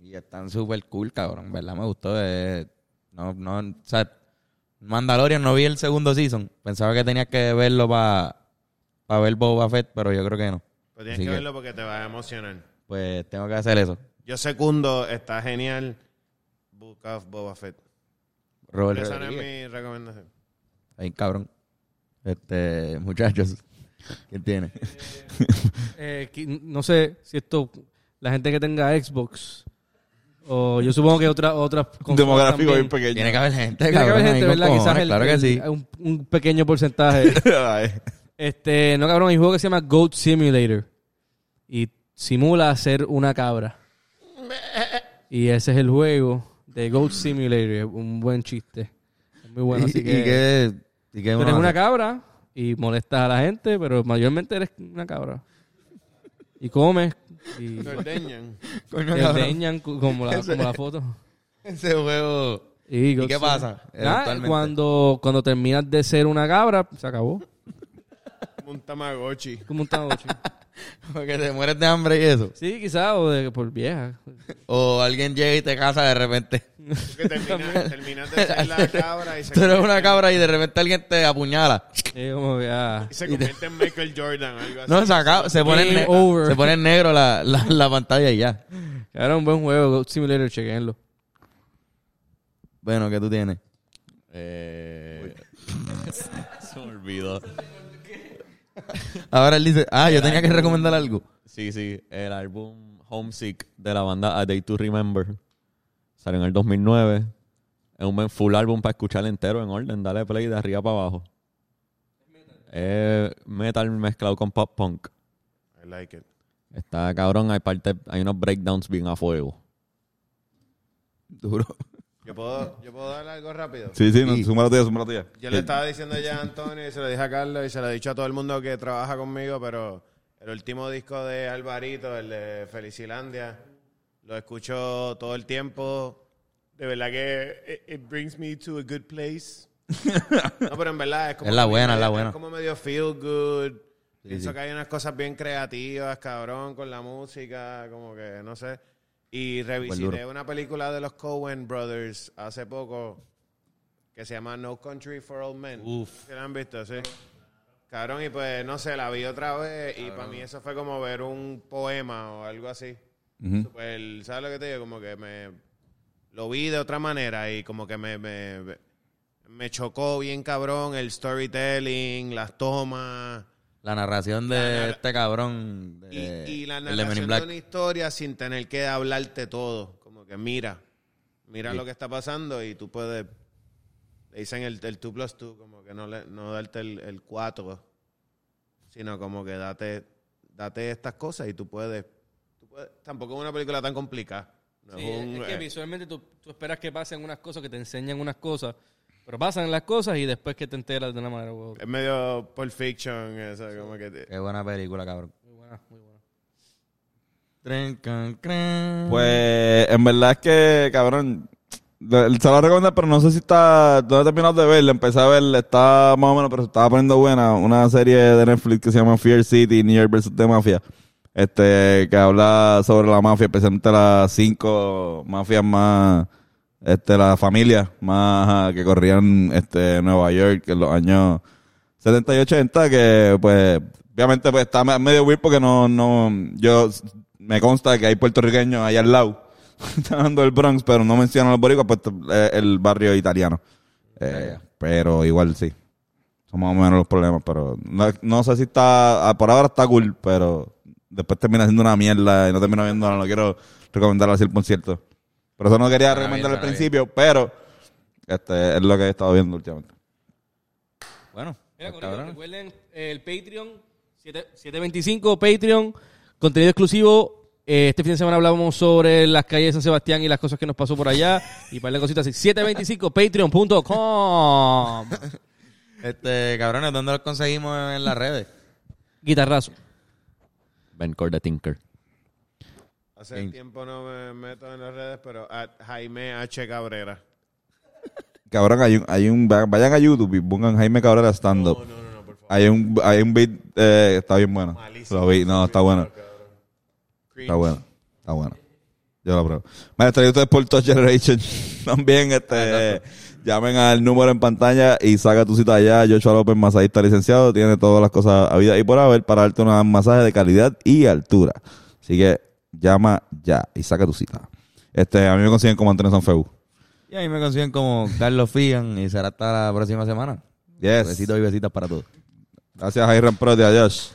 Y están súper cool, cabrón. En verdad me gustó. eh, no, no, o sea, Mandalorian no vi el segundo season. Pensaba que tenías que verlo para ver Boba Fett, pero yo creo que no. pues tienes Así que que- verlo porque te vas a emocionar. Pues tengo que hacer eso. Yo secundo, está genial. Book of Boba Fett. Robert Esa no es Rodríguez. mi recomendación. Ahí, cabrón. Este, muchachos, ¿quién tiene? Eh, qui- no sé si esto. La gente que tenga Xbox. O yo supongo que otra, otras. consolas Demográfico bien también. pequeño. Tiene que haber gente, Tiene que cabrón, haber ahí gente, con ¿verdad? cojones, Quizás el- claro que el- sí. un, un pequeño porcentaje. Ay. este, no cabrón, hay un juego que se llama Goat Simulator. Y simula ser una cabra. Y ese es el juego de Goat Simulator. Es un buen chiste. Es muy bueno, y, así y que... que, y que Tú uno eres una hace. cabra y molestas a la gente, pero mayormente eres una cabra. Y comes y Lo ordeñan. Coño, te cabrón. ordeñan cu- como la, como la foto. Ese juego. ¿Y, qué pasa, Nada, eventualmente? cuando, cuando terminas de ser una cabra, se acabó. Como un Tamagotchi. Como un Tamagotchi. Porque te mueres de hambre y eso. Sí, quizás, o de, por vieja. O alguien llega y te casa de repente. Tú Que terminas, terminas de ser la cabra y se, Tú eres convierte, una cabra y de repente alguien te apuñala. Es como que, ah, y se convierte en Michael Jordan. Algo así. No, se, acaba- se, pone, en Game ne- over. se pone en negro la, la, la pantalla y ya. Era un buen juego, Goat Simulator, chequenlo. Bueno, ¿qué tú tienes? Eh, Se me olvidó. Ahora él dice, ah, yo tenía que recomendar algo. Sí, sí, el álbum Homesick de la banda A Day to Remember. Salió en el 2009. Es un buen full álbum para escuchar entero en orden. Dale play de arriba para abajo. Es metal mezclado con pop punk. I like it. Está cabrón, hay parte, hay unos breakdowns bien a fuego. Duro. Yo puedo, yo puedo dar algo rápido. Sí, sí, no, suma la tuya, suma la tuya. Yo le estaba diciendo ya a Antonio y se lo dije a Carlos y se lo he dicho a todo el mundo que trabaja conmigo, pero el último disco de Alvarito, el de Felicilandia, lo escucho todo el tiempo. De verdad que it, it brings me to a good place. No, pero en verdad es como... Es la que buena, medio- es la buena. como medio feel good. Pienso sí. que hay unas cosas bien creativas, cabrón, con la música, como que no sé. Y revisité una película de los Coen Brothers hace poco que se llama No Country for Old Men. ¿Se la han visto? Sí. Cabrón, y pues no sé, la vi otra vez y para mí eso fue como ver un poema o algo así. Súper, ¿Sabes lo que te digo? Como que me lo vi de otra manera y como que me, me, me chocó bien cabrón el storytelling, las tomas La narración de este cabrón. y, De, y la Eh, el de Men in narración de, Black. una historia sin tener que hablarte todo. Como que mira, mira lo que está pasando y tú puedes... Le dicen el, el 2 plus 2, como que no, le, no darte el, el 4. sino como que date, date estas cosas y tú puedes, tú puedes- Tampoco es una película tan complicada. No Sí, es un, es que eh, visualmente tú, tú esperas que pasen unas cosas, que te enseñan unas cosas, pero pasan las cosas y después que te enteras de una manera u otra. es medio Pulp Fiction, eso, como que... te- Qué buena película, cabrón. Muy buena, muy buena. Tren, can, cran. Pues en verdad es que, cabrón, de- se la recomiendo, pero no sé si está, no he terminado de verla, empecé a verla, está más o menos, pero se estaba poniendo buena, una serie de Netflix que se llama Fear City, New York vs. The Mafia, este, que habla sobre la mafia, especialmente las cinco mafias más, este, las familias más ah, que corrían, este, en Nueva York en los años 70 y 80, que pues obviamente pues está me- medio weird porque no, no, yo me consta que hay puertorriqueños allá al lado, está dando el Bronx, pero no mencionan los boricuas, pues eh, el barrio italiano. Eh, pero igual sí, son más o menos los problemas, pero no, no sé si está, ah, por ahora está cool, pero después termina siendo una mierda y no termino viendo, no quiero recomendar así el concierto. Por eso no quería bien, recomendar al suena bien. principio, pero este es lo que he estado viendo últimamente. Bueno, Mira, pues, Corillo, cabrón. recuerden eh, el Patreon, 7- 725 Patreon, contenido exclusivo. Eh, este fin de semana hablábamos sobre las calles de San Sebastián y las cosas que nos pasó por allá. Y para las cositas así, 725 patreon.com. Este, cabrones, ¿dónde los conseguimos en las redes? Guitarrazo. Ben Core the Tinker. Hace tiempo no me meto en las redes, pero at Jaime H. Cabrera. Cabrón, hay un, hay un, va- vayan a YouTube y pongan Jaime Cabrera stand up. Hay un, hay un beat, eh, está bien bueno. Lo vi, no, está bueno. Está bueno, está bueno. Yo lo pruebo. Me estaré ustedes por Touch Generation. También, este, eh, llamen al número en pantalla y saca tu cita allá. Joshua López, masajista licenciado, tiene todas las cosas habidas y por haber para darte un masaje de calidad y altura. Así que llama ya y saca tu cita. Este, a mí me consiguen como Antonio Sanfeu. Y ahí me consiguen como Carlos Figan y será hasta la próxima semana. Yes. Besitos y besitas para todos. Gracias, Iron Pro de Adiós.